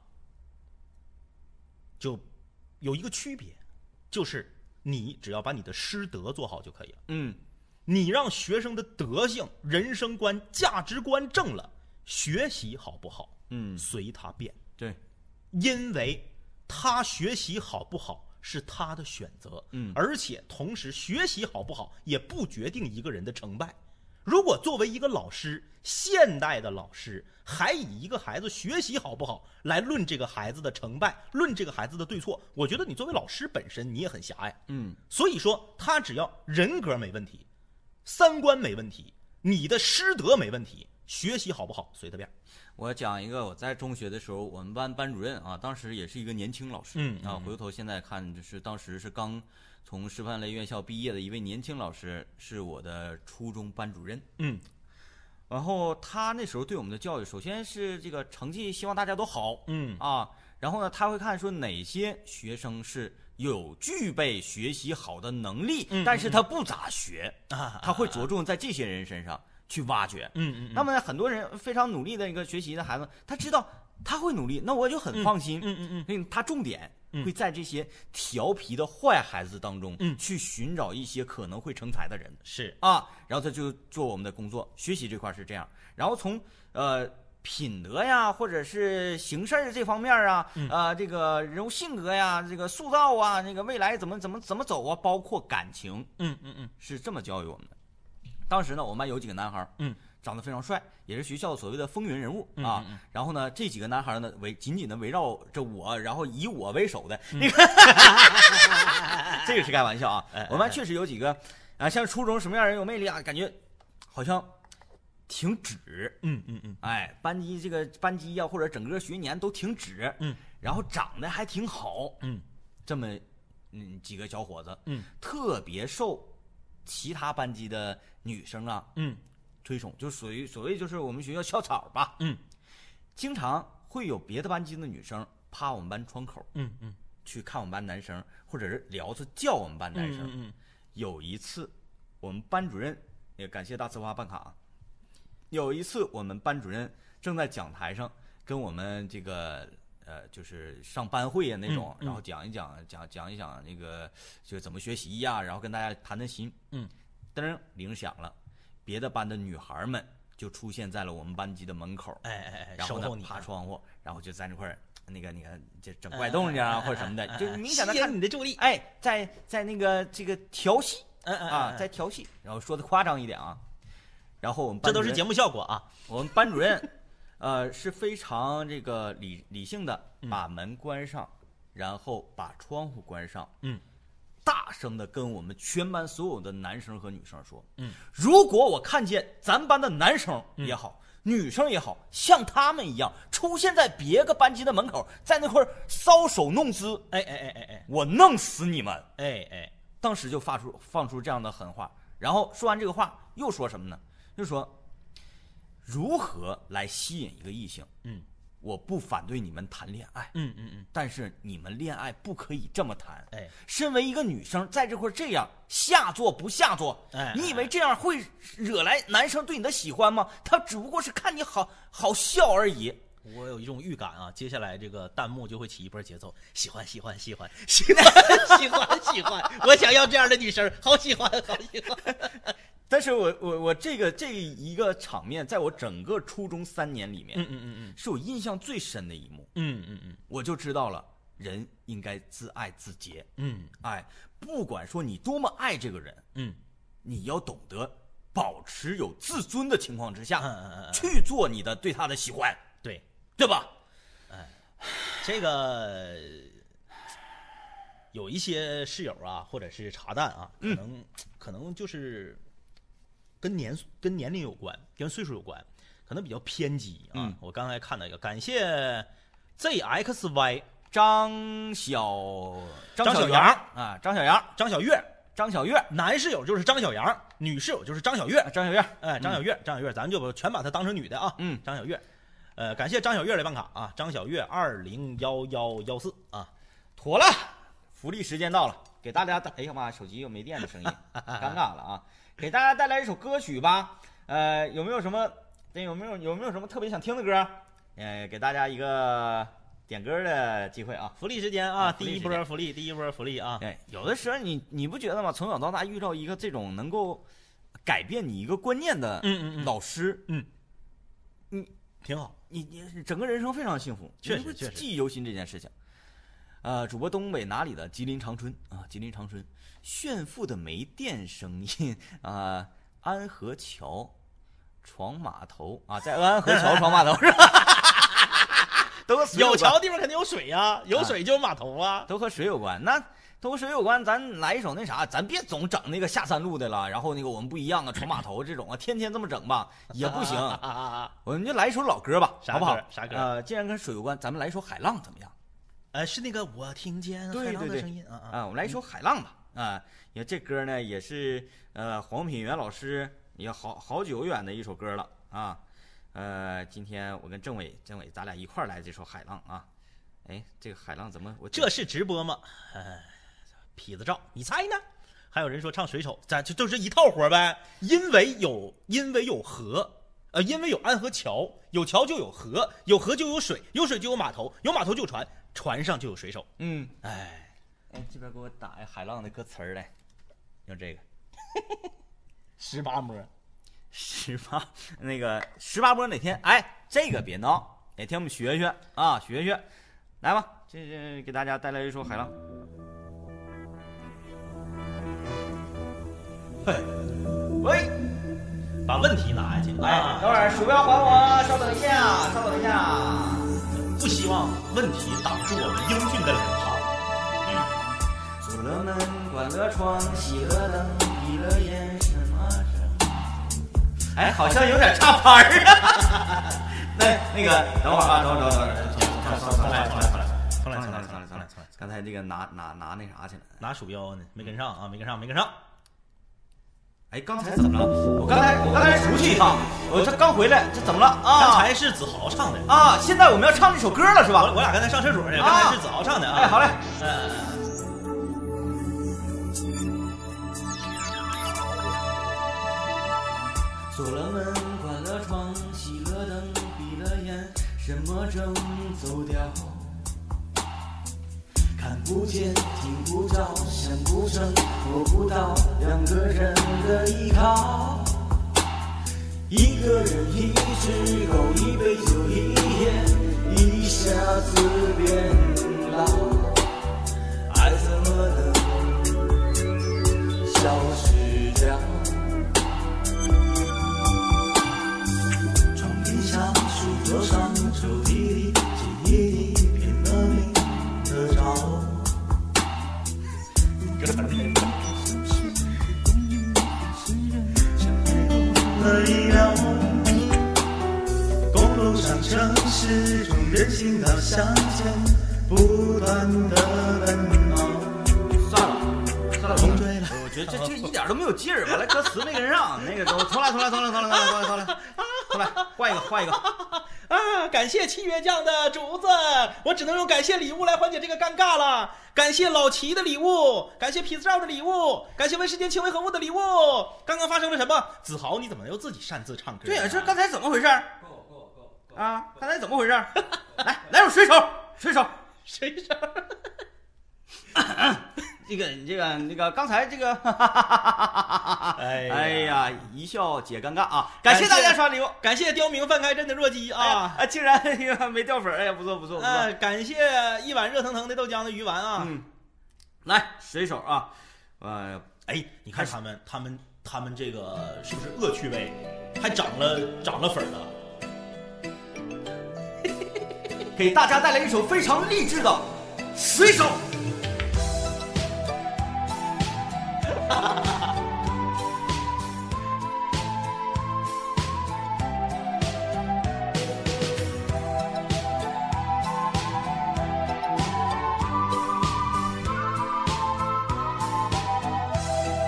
S2: 就有一个区别，就是你只要把你的师德做好就可以了。
S3: 嗯
S2: 你让学生的德性、人生观、价值观正了，学习好不好
S3: 嗯，
S2: 随他便，
S3: 对，
S2: 因为他学习好不好是他的选择。
S3: 嗯
S2: 而且同时学习好不好也不决定一个人的成败。如果作为一个老师，现代的老师还以一个孩子学习好不好来论这个孩子的成败，论这个孩子的对错，我觉得你作为老师本身你也很狭隘。
S3: 嗯
S2: 所以说，他只要人格没问题，三观没问题，你的师德没问题，学习好不好随他便儿。
S3: 我讲一个，我在中学的时候，我们班班主任啊，当时也是一个年轻老师，
S2: 嗯
S3: 啊
S2: 嗯，
S3: 回头现在看，就是当时是刚从师范类院校毕业的一位年轻老师，是我的初中班主任。
S2: 嗯
S3: 然后他那时候对我们的教育，首先是这个成绩，希望大家都好
S2: 嗯
S3: 啊。然后呢，他会看说哪些学生是有具备学习好的能力，
S2: 嗯
S3: 但是他不咋学，
S2: 啊
S3: 他会着重在这些人身上去挖掘。
S2: 嗯嗯，
S3: 那么呢，很多人非常努力的一个学习的孩子，他知道他会努力，那我就很放心。
S2: 嗯嗯嗯
S3: 嗯，他重点
S2: 嗯
S3: 会在这些调皮的坏孩子当中，
S2: 嗯
S3: 去寻找一些可能会成才的人
S2: 是
S3: 啊，然后他就做我们的工作，学习这块是这样，然后从呃。品德呀，或者是行事儿这方面啊，
S2: 嗯
S3: 啊、这个人物性格呀，这个塑造啊，这个未来怎么怎么怎么走啊，包括感情，
S2: 嗯嗯嗯
S3: 是这么教育我们的。当时呢，我们班有几个男孩，
S2: 嗯，
S3: 长得非常帅，也是学校所谓的风云人物
S2: 嗯
S3: 啊
S2: 嗯嗯。
S3: 然后呢，这几个男孩呢，围紧紧的围绕着我，然后以我为首的，
S2: 嗯
S3: 那个，这个是开玩笑啊。
S2: 哎
S3: 我们班确实有几个啊，像初中什么样人有魅力啊，感觉好像挺直，
S2: 嗯嗯嗯
S3: 哎，班级这个班级呀、或者整个学年都挺直，
S2: 嗯，
S3: 然后长得还挺好，
S2: 嗯
S3: 这么嗯几个小伙子，
S2: 嗯，
S3: 特别受其他班级的女生啊
S2: 嗯
S3: 推崇，就属于所谓就是我们学校校草吧，
S2: 嗯
S3: 经常会有别的班级的女生趴我们班窗口
S2: 嗯嗯，
S3: 去看我们班男生，或者是聊着叫我们班男生。
S2: 嗯
S3: 有一次，我们班主任也感谢大呲花办卡啊。有一次，我们班主任正在讲台上跟我们这个呃，就是上班会呀那种，
S2: 嗯嗯
S3: 然后讲一讲讲讲一讲那个就是怎么学习呀、然后跟大家谈谈心。
S2: 嗯，
S3: 噔，铃响了，别的班的女孩们就出现在了我们班级的门口。
S2: 哎哎哎，
S3: 然
S2: 守
S3: 后
S2: 候
S3: 呢，
S2: 你
S3: 爬窗户，然后就在那块儿那个那个就整怪动静啊或者什么的，就明显的
S2: 吸
S3: 看
S2: 引你的注意力，
S3: 哎，在在那个这个调戏
S2: 嗯嗯
S3: 啊，在调戏，然后说的夸张一点啊。然后我们班
S2: 这都是
S3: 主任
S2: 节目效果啊，
S3: 我们班主任，呃，是非常这个理理性的，
S2: 嗯
S3: 把门关上，然后把窗户关上，
S2: 嗯，
S3: 大声的跟我们全班所有的男生和女生说，
S2: 嗯，
S3: 如果我看见咱班的男生也好。女生也好像他们一样出现在别个班级的门口，在那块儿搔首弄姿，
S2: 哎哎哎哎哎
S3: 我弄死你们！
S2: 哎哎，
S3: 当时就发出放出这样的狠话，然后说完这个话又说什么呢？又说如何来吸引一个异性？
S2: 嗯，
S3: 我不反对你们谈恋爱，
S2: 嗯嗯嗯，
S3: 但是你们恋爱不可以这么谈。
S2: 哎，
S3: 身为一个女生，在这块这样下作不下作，
S2: 哎
S3: 你以为这样会惹来男生对你的喜欢吗？他只不过是看你好好笑而已。
S2: 我有一种预感啊，接下来这个弹幕就会起一波节奏，喜欢喜欢喜欢喜欢喜欢喜欢，我想要这样的女生，好喜欢好喜欢，
S3: 但是我我我这个这一个场面，在我整个初中三年里面，
S2: 嗯嗯嗯
S3: 是我印象最深的一幕，
S2: 嗯嗯嗯
S3: 我就知道了人应该自爱自节。
S2: 嗯
S3: 哎，不管说你多么爱这个人，
S2: 嗯
S3: 你要懂得保持有自尊的情况之下，
S2: 嗯嗯嗯
S3: 去做你的对他的喜欢，
S2: 嗯，对，
S3: 对吧？
S2: 这个有一些室友啊，或者是茶蛋啊，可能、可能就是跟年跟年龄有关，跟岁数有关，可能比较偏激啊。
S3: 嗯
S2: 我刚才看到一个，感谢 ZXY
S3: 张小
S2: 张小
S3: 小
S2: 杨
S3: 啊，张小杨，
S2: 张小月，
S3: 张小月，啊
S2: 男室友就是张小杨，女室友就是张小月。
S3: 张小月，
S2: 哎，张小月，张小月，咱就把全把她当成女的啊。
S3: 嗯
S2: 张小月，呃，感谢张小月来办卡啊。张小月二零幺幺幺四啊，
S3: 妥了，福利时间到了，给大家带，哎呀妈，手机又没电 的声音，尴尬了啊！给大家带来一首歌曲吧，呃，有没有什么，对，有没有有没有什么特别想听的歌？呃，给大家一个点歌的机会啊！
S2: 福利时间
S3: 啊
S2: 啊，
S3: 福
S2: 第
S3: 利
S2: 一
S3: 时间
S2: 波福利，第一波福利啊。
S3: 哎，有的时候你你不觉得吗？从小到大遇到一个这种能够改变你一个观念的
S2: 嗯嗯嗯
S3: 老师，
S2: 挺好。
S3: 你你整个人生非常幸福，
S2: 确
S3: 你
S2: 实
S3: 会
S2: 确实
S3: 记忆犹新这件事情。呃，主播东北哪里的？吉林长春啊，吉林长春，炫富的没电声音啊，安河桥床码头啊，在安河桥床码头是吧？ 都和水
S2: 有
S3: 关
S2: 桥地方肯定有水呀、有水就有码头啊。
S3: 都和水有关。那都和水有关，咱来一首那啥，咱别总整那个下三路的了。然后那个我们不一样啊，床码头这种啊，天天这么整吧也 不行。
S2: 啊啊啊！
S3: 我们就来一首老歌吧，
S2: 啥
S3: 好不好
S2: 歌？啥歌
S3: 呃，既然跟水有关，咱们来一首《海浪》怎么样？
S2: 呃，是那个我听见
S3: 对
S2: 海浪
S3: 对对
S2: 的声音啊啊
S3: 啊，我们来一首《海浪》吧。啊，也这歌呢也是呃黄品源老师也好好久远的一首歌了啊。呃，今天我跟政委，政委咱俩一块儿来这首《海浪》啊。哎，这个《海浪》怎么我
S2: 这是直播吗？哎，痞子照，你猜呢？还有人说唱水手，咱就就这一套活呗。因为有，因为有河，呃，因为有安河桥，有桥就有河，有河就有水，有水就有码头，有码头就有船，船上就有水手。
S3: 嗯
S2: 哎，
S3: 哎这边给我打一《海浪》的歌词儿来，用这个。
S2: 十八摸，
S3: 十八那个十八波哪天？哎，这个别闹，哪天我们学学啊，学学，来吧，这这给大家带来一首《海浪》。
S2: 嘿，
S3: 喂，
S2: 把问题拿下去。
S3: 哎，
S2: 啊
S3: 等会儿鼠标还我啊，稍等一下，稍等一下。
S2: 不希望问题挡住我们英俊的脸嗯庞。
S3: 锁了门，关了窗，熄了灯，闭了眼，什么声？哎，好像有点差拍儿啊。那那个，等会儿啊，等会儿，等会儿，等会儿，
S2: 重来，重来，重来，重来，
S3: 重
S2: 重来，
S3: 来，重
S2: 重
S3: 来，
S2: 来，
S3: 重
S2: 重
S3: 来
S2: 来，重来。，
S3: 刚才这个拿拿拿那啥去了。
S2: 拿鼠标呢？没跟上啊，没跟上，没跟上。
S3: 哎，刚才怎么了？我刚才我刚才出去一趟，我这刚回来，这怎么了啊？
S2: 刚才是子豪唱的，
S3: 啊，现在我们要唱这首歌了是
S2: 我
S3: 吧？
S2: 我俩刚才上厕所去，
S3: 啊
S2: 刚才是子豪唱的啊。
S3: 哎，好嘞，
S2: 嗯。
S3: 锁了门，关了窗，熄了灯，闭了眼，什么正走掉？看不见，听不着，想不声，摸不到，两个人的依靠。一个人一只狗，一杯酒，一夜，一下子变老，爱怎么能消失掉？床边上，书桌上，抽屉里，记忆里拼了命的找。
S6: 喝一聊。公路上城市中人行道向前不断的奔跑。
S3: 算了，算了，甭追
S6: 了。
S3: 我觉得这这一点都没有劲儿，完了歌词没跟上， 那个我重来，重来，重来，重来，重来，重来，重来，换一个，换一个。
S2: 啊！感谢七月酱的竹子，我只能用感谢礼物来缓解这个尴尬了。感谢老齐的礼物，感谢痞子照的礼物，感谢问世间情为何物的礼物。刚刚发生了什么？子豪，你怎么又自己擅自唱歌？
S3: 对呀，啊这刚才怎么回事儿？啊，刚才怎么回事儿？ 来，来首水手，水手，
S2: 谁声？
S3: 这个你这个那个刚才这个，哎
S2: 哎呀
S3: 呀，一笑解尴尬啊！感谢大家刷礼物
S2: 感谢刁民范开镇的弱鸡啊
S3: 啊！啊，竟然 没掉粉儿，哎呀，不错不错不错。
S2: 呃，感谢一碗热腾腾的豆浆的鱼丸啊！
S3: 嗯，来水手啊，呃，
S2: 哎，你看他们，他们，他们这个是不是恶趣味？还长了长了粉儿了。
S3: 给大家带来一首非常励志的《水手》。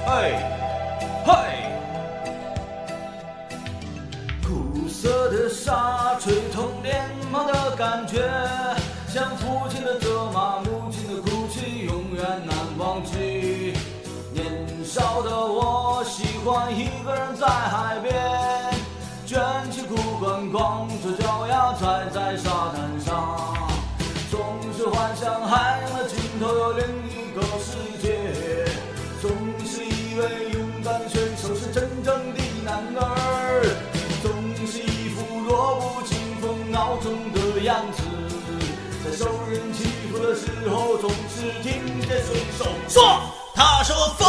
S3: 哎，嘿。
S6: 苦涩的沙吹痛脸庞的感觉，像父亲的责骂，母亲的哭泣，永远难忘记。年少的我喜欢一个人在海边，卷起裤管，光着脚丫踩在沙滩上，总是幻想海洋的尽头有另一个世界，总是以为勇敢的选手是真正的男儿。总是一副弱不禁风、孬种的样子，在受人欺负的时候，总是听见水手
S2: 说，他说风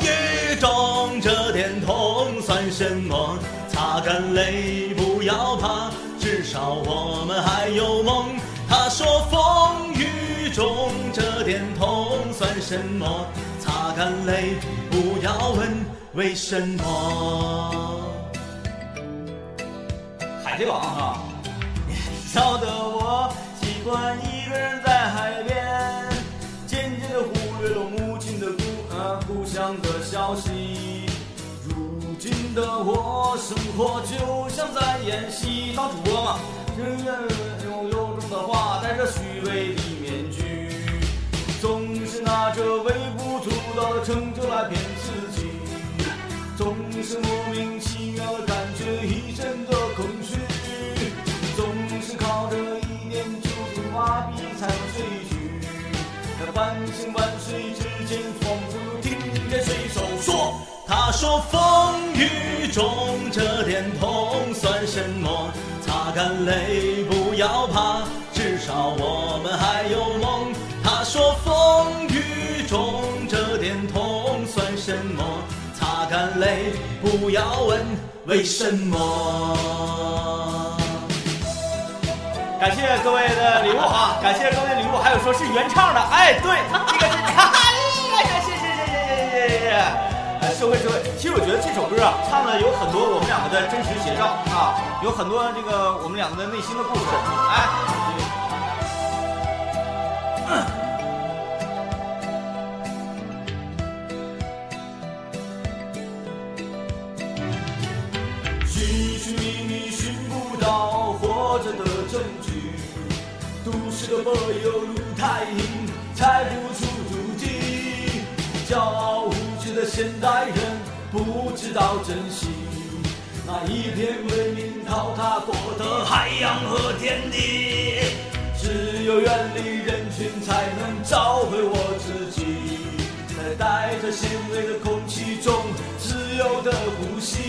S2: 雨中这点痛算什么？擦干泪，不要怕，至少我们还有梦。他说风雨中这点痛算什么？擦干泪，不要问为什么。
S3: 海贼王啊！
S6: 少的我习惯一个人在海边，渐渐地忽略了母亲的故呃故乡的消息。如今的我，生活就像在演戏，当主播嘛，人人有有种的话，戴着虚伪的面具，总是拿着微不足道的成就来骗自己，总是莫名其妙的感觉一身的空虚。总是靠着一点酒精麻痹才能睡去，在半醒半睡之间，仿佛听见水手说。
S2: 他说风雨中这点痛算什么？擦干泪，不要怕，至少我们还有梦。他说风雨中这点痛算什么？擦干泪，不要问为什么。
S3: 感谢各位的礼物 啊！感谢各位的礼物，还有说是原唱的，哎，对，这个是， 哎呀，谢谢谢谢谢谢谢谢谢，呃，社会社会，其实我觉得这首歌啊，唱的有很多我们两个的真实写照啊，有很多这个我们两个的内心的故事，哎。
S6: 寻寻觅觅寻不到活着的证据，都市的柏油路太硬，踩不出足迹。骄傲无知的现代人不知道珍惜那一片文明淘汰过的海洋和天地，只有远离人群才能找回我自己。在带着咸味的空气中自由的呼吸。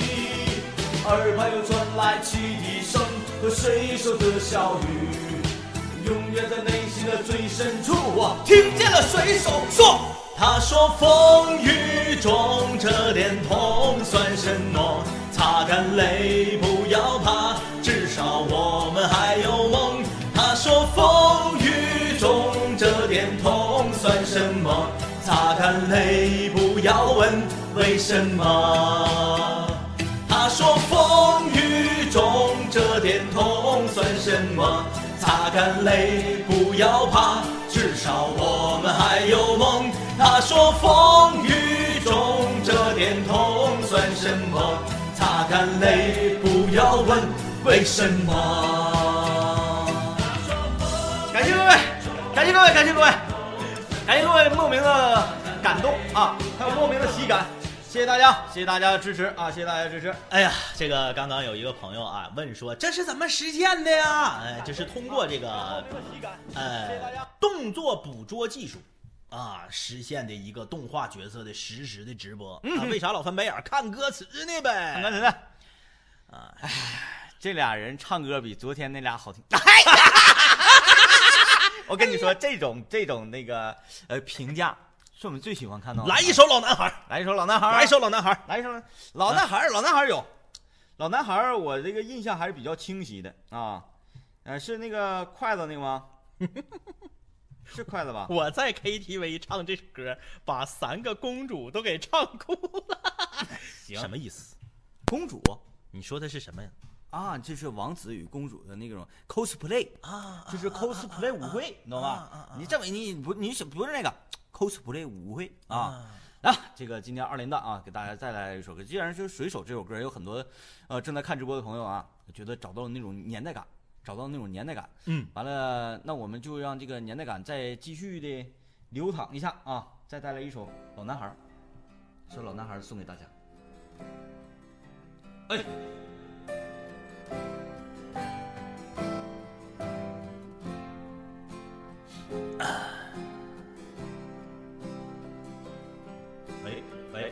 S6: 耳畔又传来汽笛声和水手的笑语，永远在内心的最深处，我听见了水手说。
S2: 他说风雨中这点痛算什么？擦干泪，不要怕，至少我们还有梦。他说风雨中这点痛算什么？擦干泪，不要问为什么。他说风雨中这点痛算什么？擦干泪，不要怕，至少我们还有梦。他说风雨中这点痛算什么？擦干泪，不要问为什么。
S3: 感谢各位，感谢各位，感谢各位，感谢各位莫名的感动啊，还有莫名的喜感，谢谢大家，谢谢大家的支持啊，谢谢大家的支持。
S2: 哎呀，这个刚刚有一个朋友啊问说这是怎么实现的呀？哎，就是通过这个呃动作捕捉技术啊实现的一个动画角色的实时的直播。啊，为啥老翻白眼儿看歌词呢呗？
S3: 看看谁啊，哎，这俩人唱歌比昨天那俩好听。 我跟你说，这种这种那个呃评价，是我们最喜欢看到的。
S2: 来一首《老男孩儿
S3: 来一首老男孩》，儿，
S2: 来一首《老男孩儿》。
S3: 来一首老男孩儿，老男孩儿有，老男孩儿我这个印象还是比较清晰的啊，呃是那个筷子那个吗？ 是筷子吧？
S2: 我在 KTV 唱这首歌，把三个公主都给唱哭了。
S3: 行
S2: 什么意思？
S3: 公主
S2: 你说的是什么呀？
S3: 啊，这是王子与公主的那种 cosplay
S2: 啊
S3: 就是 cosplay 舞会，你懂
S2: 啊啊
S3: 吧
S2: 啊？
S3: 你这么你不你是不是那个 cosplay 舞会啊？啊，这个今天二连弹啊，给大家带来一首歌。既然就是《水手》这首歌，有很多呃正在看直播的朋友啊，觉得找到了那种年代感，找到那种年代感。
S2: 嗯，
S3: 完了，那我们就让这个年代感再继续的流淌一下啊！再带来一首《老男孩》，这首《老男孩》送给大家。哎。喂喂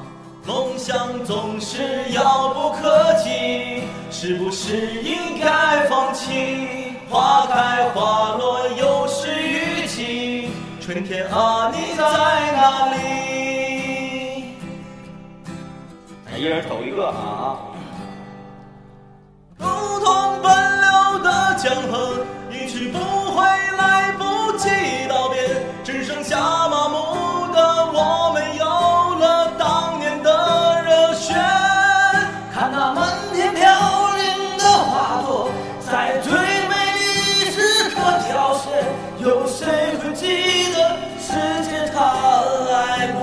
S1: 梦想总是遥不可及，是不是应该放弃？花开花落有时雨季，春天啊，你在哪里？
S3: 一人走一个啊！
S1: 如同奔流的江河，一去不回，来不及道别，只剩下麻木的我们，有了当年的热血。看那满天飘零的花朵，在最美丽时刻凋谢，有谁会记得世界它来过？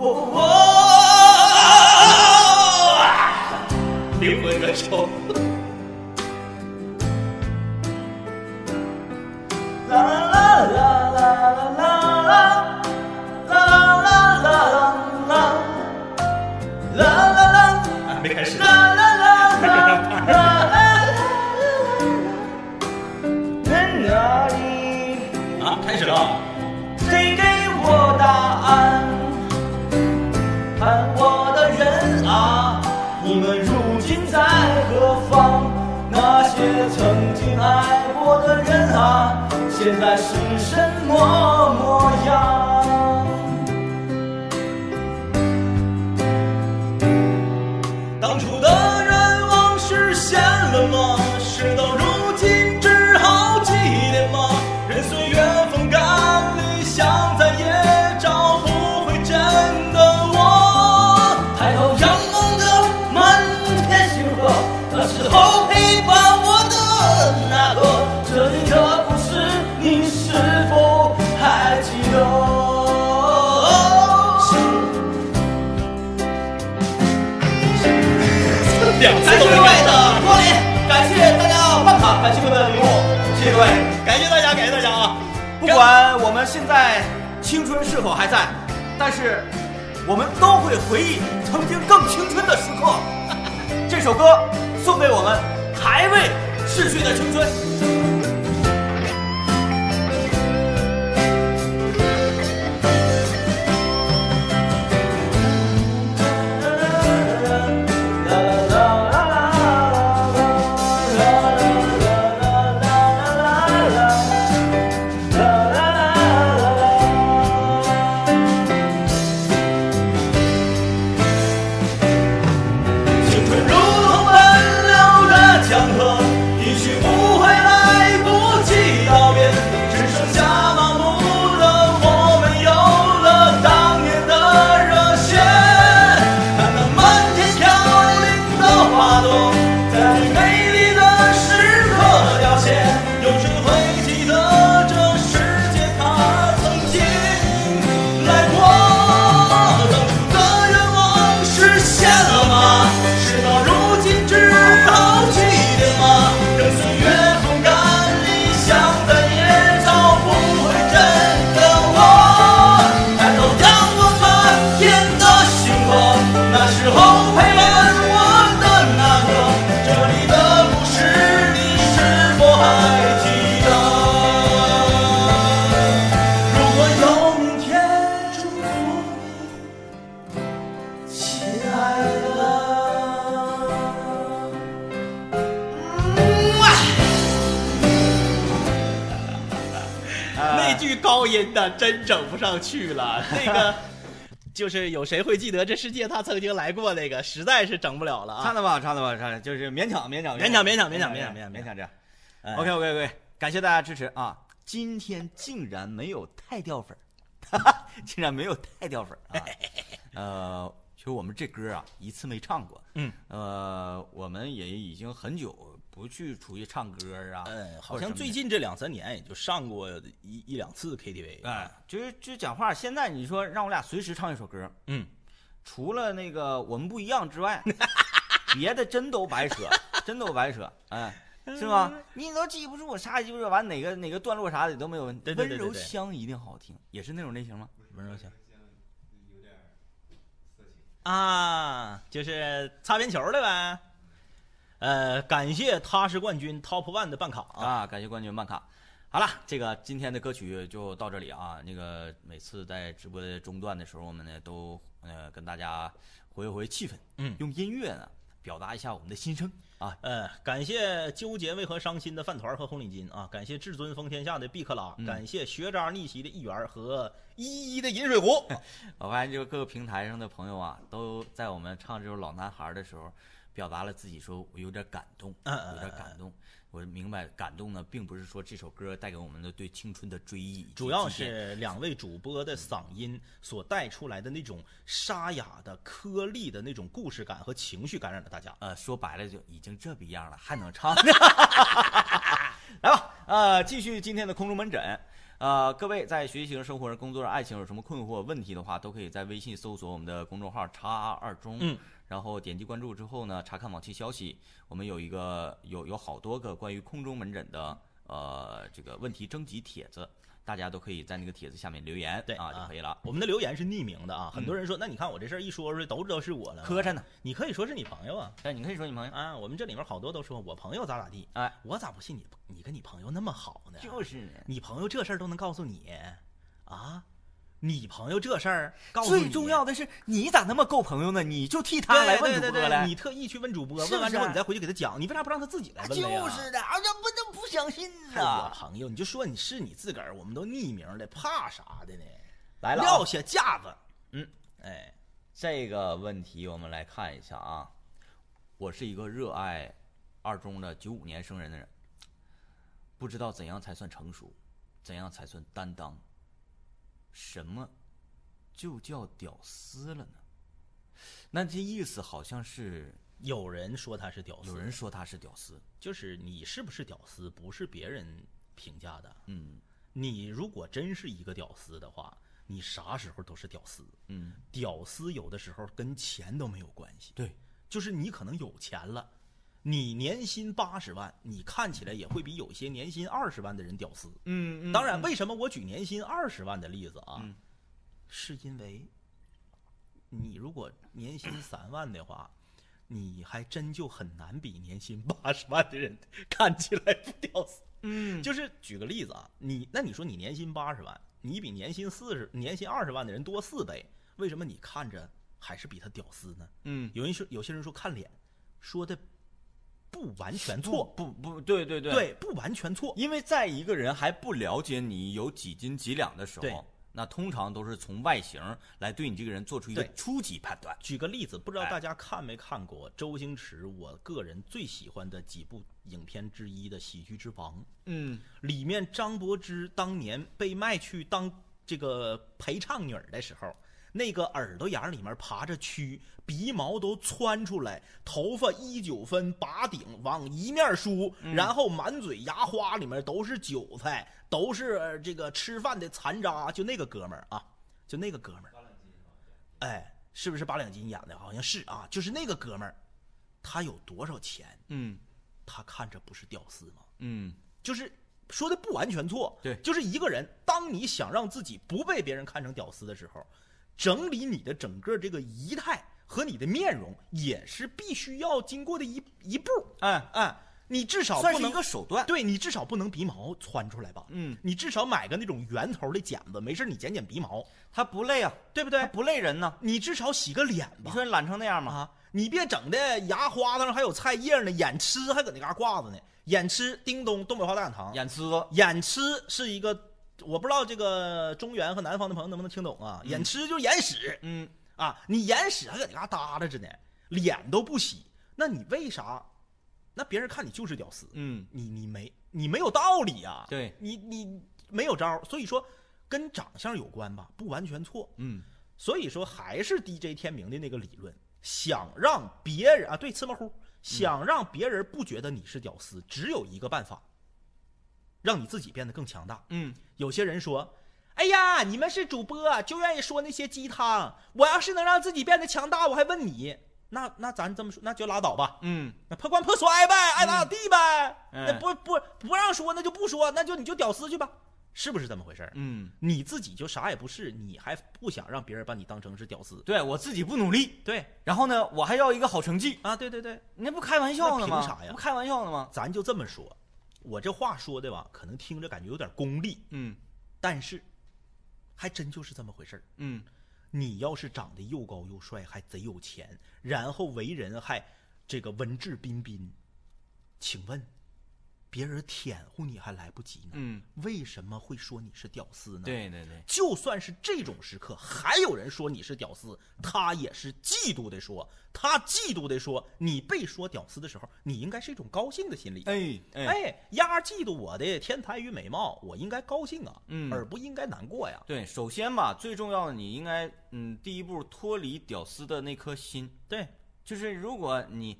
S1: 我我灵魂歌手。啦啦啦啦啦啦啦啦啦啦啦啦啦啦。
S2: 没开始
S1: 啦啦啦啦啦啦啦在哪里？
S2: 啊，开始了啊。
S1: 谁给我答案？看我的人啊，你们如今在何方？那些曾经爱过的人啊，现在是什么模样？当初的愿望实现了吗？事到如今只好祭奠吗？任岁月风干，理想再也找不回真的我。抬头仰望的满天星河，那是候陪伴我的那个。这里的故事，你是否还记得？
S2: 两
S1: 感谢各位的光临，感谢大家办
S3: 啊
S1: 卡，感谢各位的礼物，谢谢各位。
S2: 感谢大家，感谢大家啊！
S3: 不管我们现在青春是否还在，但是我们都会回忆曾经更青春的时刻。 这首歌送给我们还未逝去的青春。
S1: 青春如同奔流的江河，一去不回，来
S2: 这句高音的真整不上去 了，那个。就是有谁会记得这世界他曾经来过那个，实在是整不了了
S3: 唱
S2: 啊！
S3: 的吧，唱的吧，唱的就是勉强，勉强，
S2: 勉强勉强
S3: 勉
S2: 勉强勉
S3: 勉强，
S2: 强
S3: 勉强，
S2: 勉强
S3: 勉强这样。
S2: 哎
S3: OK OK OK，感谢大家支持啊！今天竟然没有太掉粉儿， 竟然没有太掉粉儿啊！呃，其实我们这歌啊一次没唱过，
S2: 嗯，
S3: 呃，我们也已经很久不去出去唱歌啊，
S2: 嗯，
S3: 或
S2: 好
S3: 者什
S2: 像
S3: 么
S2: 最
S3: 的。
S2: 近这两三年也就上过一一两 次 KTV。
S3: 哎，就是就讲话，现在你说让我俩随时唱一首歌，
S2: 嗯，
S3: 除了那个我们不一样之 外，别的真都白扯， 真都白扯，哎，是吧？
S2: 嗯
S3: 你都记不住，啥也记不住，完哪个哪个段落啥的都没有问题。
S2: 对对对对
S3: 温柔
S2: 对
S3: 乡一定好听，也是那种类型吗？
S2: 温柔乡啊，就是擦边球的呗。呃，感谢踏实冠军 Top One 的办卡啊，
S3: 啊，感谢冠军办卡。好了，这个今天的歌曲就到这里啊。那个每次在直播的中断的时候，我们呢都呃跟大家活跃活跃气氛，
S2: 嗯
S3: 用音乐呢表达一下我们的心声啊。
S2: 呃，感谢纠结为何伤心的饭团和红领巾啊，感谢至尊封天下的毕克拉，
S3: 嗯
S2: 感谢学渣逆袭的一员和依依的饮水 壶。
S3: 我发现就是各个平台上的朋友啊，都在我们唱这首《老男孩》的时候，表达了自己说我有点感动，
S2: 嗯嗯嗯
S3: 有点感动。我明白，感动呢，并不是说这首歌带给我们的对青春的追忆，
S2: 主要
S3: 以及纪
S2: 是两位主播的嗓音所带出来的那种沙哑的颗粒的那种故事感和情绪感染了大家。
S3: 呃，说白了就已经这逼样了，还能唱？ 来吧，呃，继续今天的空中门诊。呃，各位在学习上、生活上、工作上、爱情有什么困惑、问题的话，都可以在微信搜索我们的公众号“叉二中”，
S2: 嗯，
S3: 然后点击关注之后呢，查看往期消息。我们有一个有有好多个关于空中门诊的呃这个问题征集帖子，大家都可以在那个帖子下面留言，
S2: 对
S3: 啊就可以了。
S2: 我们的留言是匿名的啊，很多人说，那你看我这事儿一说出来都知道是我了，
S3: 嗯磕碜呢，
S2: 你可以说是你朋友啊
S3: 但你可以说你朋友，
S2: 啊，我们这里面好多都说我朋友咋咋地，
S3: 哎，
S2: 我咋不信你你跟你朋友那么好呢？
S3: 就是呢
S2: 你朋友这事儿都能告诉你啊，你朋友这事儿告诉你
S3: 最重要的是，你咋那么够朋友呢？你就替他
S2: 对
S3: 来问
S2: 对
S3: 主
S2: 对
S3: 播
S2: 对
S3: 来，
S2: 你特意去问主播，
S3: 是不
S2: 问
S3: 啊
S2: 完之后
S3: 是
S2: 你再回去给他讲，你为啥不让他自己来
S5: 啊
S2: 问呢呀？
S5: 就是的，啊，这不都不相信
S2: 还我
S5: 呢。
S2: 朋友，你就说你是你自个儿，我们都匿名的，怕啥的呢？
S3: 来了、
S2: 撂
S3: 啊。
S2: 下架子，
S3: 嗯，
S2: 哎，
S3: 这个问题我们来看一下啊。我是一个热爱二中的九五年生人的人，不知道怎样才算成熟，怎样才算担当，什么就叫屌丝了呢？那这意思好像是
S2: 有人说他是屌丝，
S3: 有人说他是屌丝，
S2: 就是你是不是屌丝，不是别人评价的。
S3: 嗯
S2: 你如果真是一个屌丝的话，你啥时候都是屌丝。
S3: 嗯，
S2: 屌丝有的时候跟钱都没有关系，
S3: 对，
S2: 就是你可能有钱了，你年薪八十万，你看起来也会比有些年薪二十万的人屌丝。
S3: 嗯
S2: 当然，为什么我举年薪二十万的例子啊？是因为你如果年薪三万的话，你还真就很难比年薪八十万的人看起来不屌丝。
S3: 嗯
S2: 就是举个例子啊，你那你说你年薪八十万，你比年薪四十、年薪二十万的人多四倍，为什么你看着还是比他屌丝呢？
S3: 嗯，
S2: 有人说，有些人说看脸，说的不完全
S3: 不
S2: 错，
S3: 不不对对对
S2: 对，不完全错，
S3: 因为在一个人还不了解你有几斤几两的时
S2: 对
S3: 候，那通常都是从外形来对你这个人做出一个
S2: 对
S3: 初级判断。
S2: 举个例子，不知道
S3: 哎
S2: 大家看没看过周星驰，我个人最喜欢的几部影片之一的《喜剧之王
S3: 嗯》，
S2: 里面张柏芝当年被卖去当这个陪唱女儿的时候，那个耳朵眼儿里面爬着蛆，鼻毛都窜出来，头发一九分拔顶往一面梳，然后满嘴牙花里面都是韭菜，都是呃这个吃饭的残渣，就那个哥们儿啊，就那个哥们儿。哎，是不是八两金演的？好像是啊，就是那个哥们儿，他有多少钱？
S3: 嗯
S2: 他看着不是屌丝吗？
S3: 嗯，
S2: 就是说的不完全错，
S3: 对
S2: 就是一个人，当你想让自己不被别人看成屌丝的时候，整理你的整个这个仪态和你的面容，也是必须要经过的一一步。
S3: 哎，
S2: 哎，你至少
S3: 算
S2: 不
S3: 是
S2: 能
S3: 一个手段。
S2: 对你至少不能鼻毛窜出来吧？
S3: 嗯
S2: 你至少买个那种圆头的剪子，没事你剪剪鼻毛，
S3: 他不累啊，
S2: 对不
S3: 他
S2: 对？
S3: 不累人呢。
S2: 你至少洗个脸吧
S3: 你。说你懒成那样吗？
S2: 啊，你别整的牙花子上还有菜叶呢，眼
S3: 啊
S2: 吃还搁那嘎挂着呢。眼吃，叮咚，东北话大讲堂，
S3: 眼呲子，
S2: 眼吃是一个我不知道这个中原和南方的朋友能不能听懂啊？眼吃就是眼屎
S3: 嗯，
S2: 啊，你眼屎还搁那嘎耷拉着呢，脸都不洗，那你为啥？那别人看你就是屌丝，
S3: 嗯，
S2: 你你没你没有道理呀、
S3: 对，
S2: 你你没有招儿，所以说跟长相有关吧，不完全错。
S3: 嗯，
S2: 所以说还是 DJ 天明的那个理论，想让别人啊，对，呲么
S3: 嗯
S2: 呼，想让别人不觉得你是屌丝，只有一个办法，让你自己变得更强大。
S3: 嗯，
S2: 有些人说。哎呀，你们是主播，啊就愿意说那些鸡汤。我要是能让自己变得强大，我还问你，那那咱这么说，那就拉倒吧。
S3: 嗯，
S2: 那破罐破摔呗，爱咋咋地呗。
S3: 嗯
S2: 那不不不让说，那就不说，那就你就屌丝去吧，是不是这么回事儿？
S3: 嗯，
S2: 你自己就啥也不是，你还不想让别人把你当成是屌丝？
S3: 对我自己不努力，
S2: 对
S3: 然后呢，我还要一个好成绩，
S2: 啊，对对对，
S3: 那不开玩笑呢吗？
S2: 那凭啥呀
S3: 不开玩笑呢吗？
S2: 咱就这么说。我这话说的吧，可能听着感觉有点功利，
S3: 嗯
S2: 但是还真就是这么回事儿。
S3: 嗯
S2: 你要是长得又高又帅，还贼有钱，然后为人还这个文质彬彬，请问别人舔乎你还来不及呢？
S3: 嗯，
S2: 为什么会说你是屌丝呢？，
S3: 对对对，
S2: 就算是这种时刻，还有人说你是屌丝，他也是嫉妒的说，他嫉妒的说，你被说屌丝的时候，你应该是一种高兴的心理。
S3: 哎哎，
S2: 哎，丫儿嫉妒我的天才与美貌，我应该高兴啊，
S3: 嗯
S2: 而不应该难过呀。
S3: 对，首先吧，最重要的你应该嗯，第一步脱离屌丝的那颗心，
S2: 对，
S3: 就是如果你，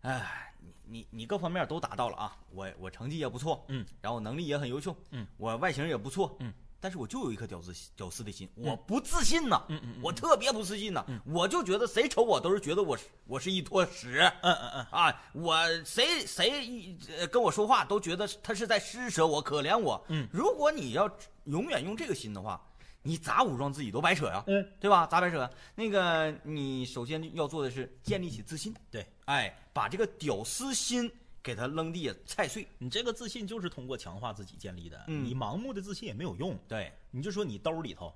S3: 哎，你你你各方面都达到了啊，我我成绩也不错，
S2: 嗯，
S3: 然后能力也很优秀，
S2: 嗯，
S3: 我外形也不错，
S2: 嗯，
S3: 但是我就有一颗屌丝屌丝的心，我不自信呐，嗯嗯，我特别不自信呐，
S2: 嗯
S3: 我就觉得谁瞅我都是觉得我是我是一坨屎，
S2: 嗯嗯嗯，
S3: 啊，我谁谁一呃跟我说话都觉得他是在施舍我、可怜我。
S2: 嗯
S3: 如果你要永远用这个心的话，你咋武装自己都白扯呀、
S2: 嗯，
S3: 对吧？咋白扯呀？那个，你首先要做的是建立起自信，
S2: 对
S3: 哎，把这个屌丝心给它扔地下踩碎。
S2: 你这个自信就是通过强化自己建立的，
S3: 嗯
S2: 你盲目的自信也没有用。
S3: 对，
S2: 你就说你兜里头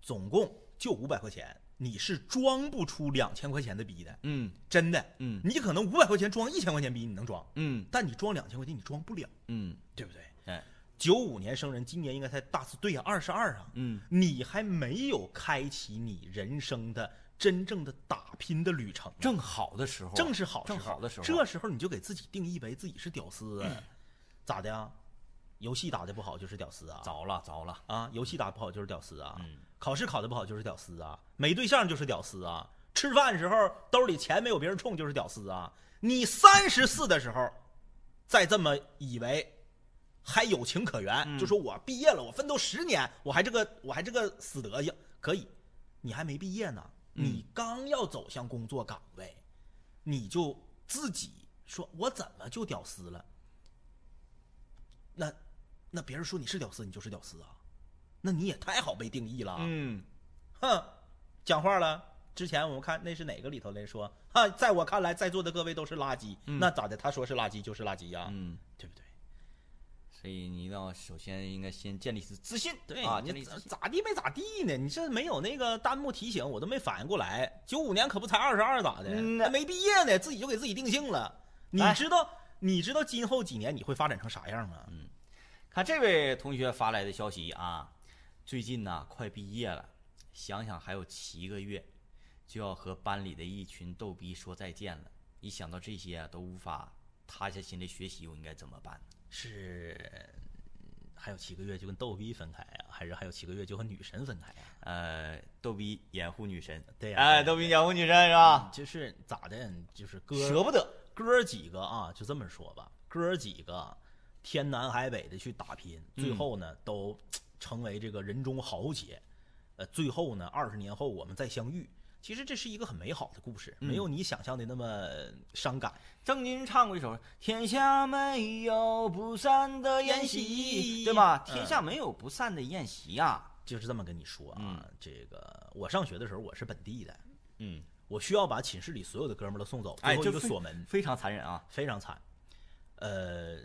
S2: 总共就五百块钱，你是装不出两千块钱的逼的。
S3: 嗯
S2: 真的，
S3: 嗯
S2: 你可能五百块钱装一千块钱逼你能装，
S3: 嗯
S2: 但你装两千块钱你装不了，
S3: 嗯，
S2: 对不对？
S3: 哎，
S2: 九五年生人，今年应该才大四，对呀、二十二啊，
S3: 嗯，
S2: 你还没有开启你人生的真正的打拼的旅程啊，
S3: 正好的时候啊，
S2: 正是好时
S3: 正
S2: 候
S3: 好的时候，嗯
S2: 这时候你就给自己定义为自己是屌丝，啊咋的呀？游戏打的不好就是屌丝啊，
S3: 着了着了。
S2: 啊，游戏打不好就是屌丝啊，
S3: 嗯
S2: 考试考的不好就是屌丝啊，没对象就是屌丝啊，吃饭的时候兜里钱没有别人冲就是屌丝啊。你三十四的时候，再这么以为还有情可原，就说我毕业了，我奋斗十年，我还这个我还这个死德行，可以，你还没毕业呢，你刚要走向工作岗位，你就自己说我怎么就屌丝了？那那别人说你是屌丝，你就是屌丝啊，那你也太好被定义了啊。
S3: 嗯
S2: 哼，讲话了。之前我们看那是哪个里头的人说，哈，在我看来，在座的各位都是垃圾，那咋的？他说是垃圾就是垃圾呀、
S3: 嗯。
S2: 对不对？
S3: 所以你一定要首先应该先建立自自信，啊
S2: 啊，，
S3: 建立
S2: 你
S3: 自
S2: 咋
S3: 信
S2: 咋地没咋地呢？你这没有那个弹幕提醒，我都没反应过来。九五年可不才二十二咋的？
S3: 嗯呐
S2: 还没毕业呢，自己就给自己定性了。你
S3: 哎
S2: 知道、你知道今后几年你会发展成啥样吗？
S3: 嗯看这位同学发来的消息啊，最近呢、快毕业了，想想还有七个月，就要和班里的一群逗逼说再见了。一想到这些啊、都无法塌下心来学习，我应该怎么办？
S2: 是还有七个月就跟逗逼分开啊，还是还有七个月就和女神分开啊？
S3: 呃，逗逼掩护女神，
S2: 对呀
S3: 哎，
S2: 对
S3: 逗逼掩护女神是吧？
S2: 就是咋的？就是哥
S3: 舍不得，
S2: 哥儿几个啊，就这么说吧，哥儿几个天南海北的去打拼，最
S3: 嗯
S2: 后呢都嘖成为这个人中豪杰。呃，最后呢，二十年后我们再相遇，其实这是一个很美好的故事，没
S3: 嗯
S2: 有你想象的那么伤感。
S3: 郑钧唱过一首《天下没有不散的宴席》，对吧？
S2: 嗯
S3: 天下没有不散的宴席啊。
S2: 就是这么跟你说啊，
S3: 嗯
S2: 这个我上学的时候我是本地的，
S3: 嗯，
S2: 我需要把寝室里所有的哥们儿都送走，
S3: 哎，
S2: 最后
S3: 这
S2: 一个
S3: 非
S2: 锁门，
S3: 非常残忍啊。
S2: 非常惨。呃，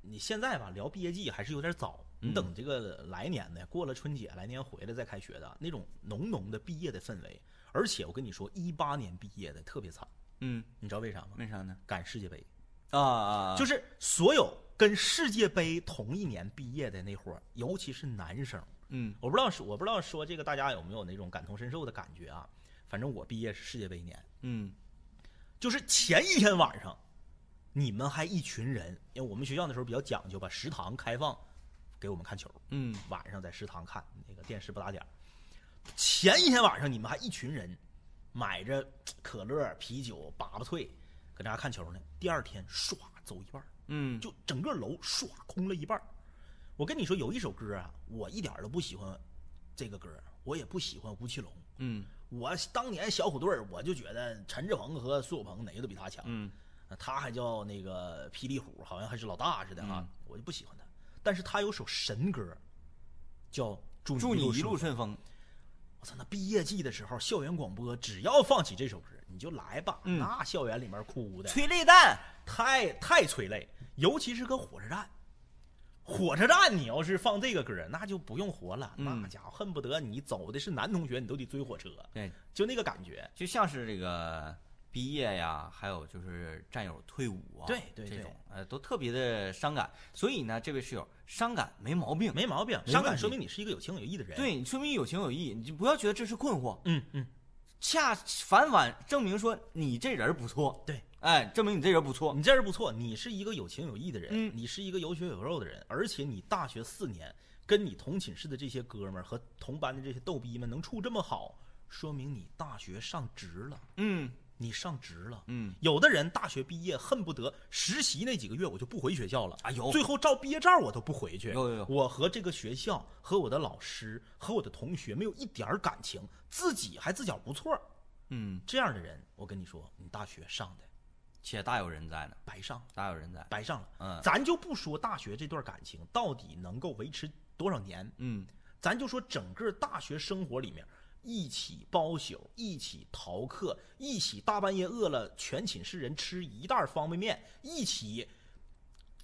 S2: 你现在吧聊毕业季还是有点早，你
S3: 嗯
S2: 等这个来年呢，过了春节，来年回来再开学的那种浓浓的毕业的氛围。而且我跟你说，一八年毕业的特别惨，
S3: 嗯，
S2: 你知道为啥吗？
S3: 为啥呢？
S2: 赶世界杯，
S3: 啊啊，
S2: 就是所有跟世界杯同一年毕业的那伙儿，尤其是男生，
S3: 嗯，
S2: 我不知道是我不知道说这个大家有没有那种感同身受的感觉啊？反正我毕业是世界杯年，
S3: 嗯，
S2: 就是前一天晚上，你们还一群人，因为我们学校那时候比较讲究吧，食堂开放给我们看球，
S3: 嗯，
S2: 晚上在食堂看，那个电视不打点儿前一天晚上你们还一群人买着可乐、啤酒、粑粑脆，搁那看球呢。第二天唰走一半儿，
S3: 嗯，
S2: 就整个楼唰空了一半儿。我跟你说，有一首歌啊，我一点儿都不喜欢这个歌，我也不喜欢吴奇隆，
S3: 嗯，
S2: 我当年小虎队儿，我就觉得陈志朋和苏有朋哪个都比他强。
S3: 嗯
S2: 呃，他还叫那个霹雳虎，好像还是老大似的
S3: 嗯
S2: 啊，我就不喜欢他。但是他有首神歌，叫《祝
S3: 祝你
S2: 你
S3: 一路
S2: 顺风
S3: 顺风。
S2: 我操，那毕业季的时候，校园广播只要放起这首歌，你就来吧，
S3: 嗯
S2: 那校园里面哭的
S3: 催泪弹，
S2: 太太催泪，尤其是搁火车站。火车站，你要是放这个歌，那就不用活了。
S3: 嗯
S2: 那家伙恨不得你走的是男同学，你都得追火车，
S3: 对，
S2: 就那个感觉。
S3: 就像是这个毕业呀，还有就是战友退伍啊，
S2: 对对
S3: 这
S2: 对
S3: 种呃都特别的伤感。所以呢，这位室友伤感没毛病，
S2: 没毛病，
S3: 没
S2: 伤
S3: 问
S2: 感
S3: 题
S2: 说明你是一个有情有义的人。，
S3: 对，你说明有情有义，你就不要觉得这是困惑，
S2: 嗯嗯，
S3: 恰反反证明说你这人不错，
S2: 对，
S3: 哎，证明你这人不错，
S2: 你这人不错，你是一个有情有义的人，
S3: 嗯
S2: 你是一个有血有肉的人，而且你大学四年跟你同寝室的这些哥们儿和同班的这些逗逼们能处这么好，说明你大学上职了，
S3: 嗯
S2: 你上职了。
S3: 嗯，
S2: 有的人大学毕业恨不得实习那几个月我就不回学校了，
S3: 啊有
S2: 最后照毕业照我都不回去。
S3: 有有有
S2: 我和这个学校、和我的老师、和我的同学没有一点儿感情，自己还自觉不错儿。
S3: 嗯，
S2: 这样的人，我跟你说，你大学上的
S3: 且大有人在呢，
S2: 白上了，
S3: 大有人在，
S2: 白上了。
S3: 嗯
S2: 咱就不说大学这段感情到底能够维持多少年，
S3: 嗯
S2: 咱就说整个大学生活里面，一起包宿，一起逃课，一起大半夜饿了全寝室人吃一袋方便面，一起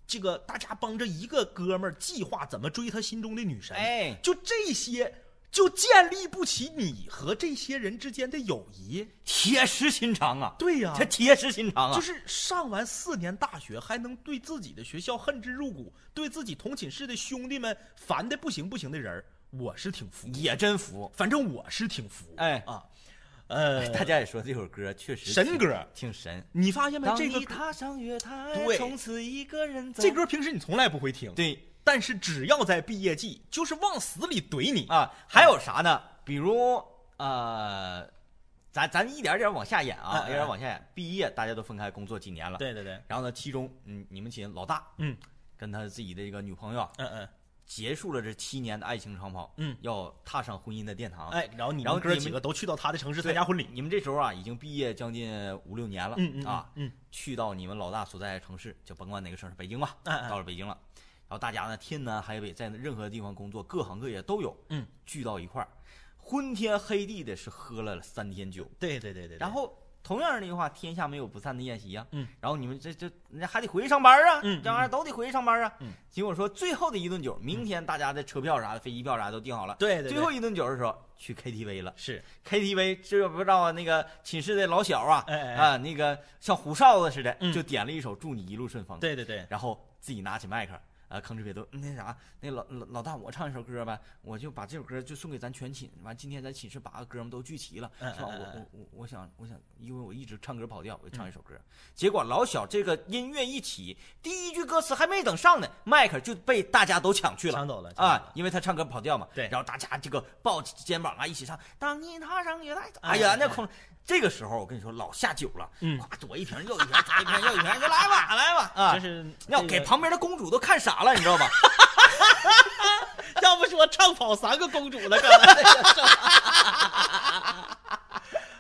S2: 这个大家帮着一个哥们儿计划怎么追他心中的女神，
S3: 哎
S2: 就这些。就建立不起你和这些人之间的友谊，
S3: 铁石心肠啊，
S2: 对呀、
S3: 这铁石心肠啊，
S2: 就是上完四年大学，还能对自己的学校恨之入骨，对自己同寝室的兄弟们烦的不行不行的人儿我是挺服，
S3: 也真服。
S2: 反正我是挺服。
S3: 哎
S2: 啊，呃，
S3: 大家也说这首歌确实
S2: 神
S3: 挺
S2: 歌
S3: 挺神。
S2: 你发现没？
S3: 当
S2: 这
S3: 你
S2: 个歌
S3: 踏上月台，
S2: 对
S3: 从此一个人走。
S2: 这歌平时你从来不会听，，
S3: 对
S2: 但是只要在毕业季，就是往死里怼你。
S3: 啊，还有啥呢？比如呃，咱咱一点点往下演啊，
S2: 哎哎
S3: 一点点往下演。毕业大家都分开工作几年了，。
S2: 对对对，
S3: 然后呢，其中嗯，你们寝老大
S2: 嗯
S3: 跟他自己的这个女朋友
S2: 嗯嗯，
S3: 结束了这七年的爱情长跑，
S2: 嗯
S3: 要踏上婚姻的殿堂。
S2: 哎，然后你
S3: 啊然后
S2: 们哥
S3: 你
S2: 几
S3: 们
S2: 个都去到他的城市
S3: 对，
S2: 参加婚礼。
S3: 你们这时候啊，已经毕业将近五六年了，
S2: 嗯嗯
S3: 啊，
S2: 嗯，
S3: 去到你们老大所在的城市，就甭管哪 个城市，北京吧，
S2: 哎哎
S3: 到了北京了，然后大家呢，天南海北，在任何地方工作，各行各业都有，
S2: 嗯，
S3: 聚到一块儿，昏天黑地的是喝了三天酒，
S2: 对对对对对，
S3: 然后同样的一句话，天下没有不散的宴席呀、
S2: 嗯，
S3: 然后你们这这人家还得回去上班啊，
S2: 嗯
S3: 这玩意儿都得回去上班啊，
S2: 嗯，
S3: 结果说最后的一顿酒，明天大家的车票啥的、飞机票啥都订好了，
S2: 对对对
S3: 最后一顿酒的时候去 KTV 了。
S2: 是
S3: KTV 这不知道啊那个寝室的老小啊，
S2: 哎哎哎
S3: 啊，那个像虎哨子似的，
S2: 嗯
S3: 就点了一首《祝你一路顺风》，，
S2: 对对对，
S3: 然后自己拿起麦克。啊，吭哧瘪肚，那啥，那老老老大，我唱一首歌呗，我就把这首歌就送给咱全寝。完，今天咱寝室八个哥们都聚齐了，
S2: 嗯
S3: 是吧？
S2: 嗯
S3: 我
S2: 嗯
S3: 我我我想我想，因为我一直唱歌跑调，我就唱一首歌。结果老小这个音乐一起，第一句歌词还没等上呢，麦克就被大家都抢去了，
S2: 抢走了抢走
S3: 啊
S2: 了！
S3: 因为他唱歌跑调嘛，
S2: 对
S3: 然后大家这个抱起肩膀啊，一起唱。当你踏上月台，
S2: 哎
S3: 哎呀
S2: 哎，
S3: 那空，这个时候我跟你说老下酒了，
S2: 嗯
S3: 哇，左一瓶右一瓶，左一瓶右一瓶，就 来吧，来吧啊！
S2: 就是
S3: 要
S2: 这
S3: 给
S2: 个
S3: 旁边的公主都看傻了，你知道吧？
S2: 要不说唱跑三个公主了，刚 才。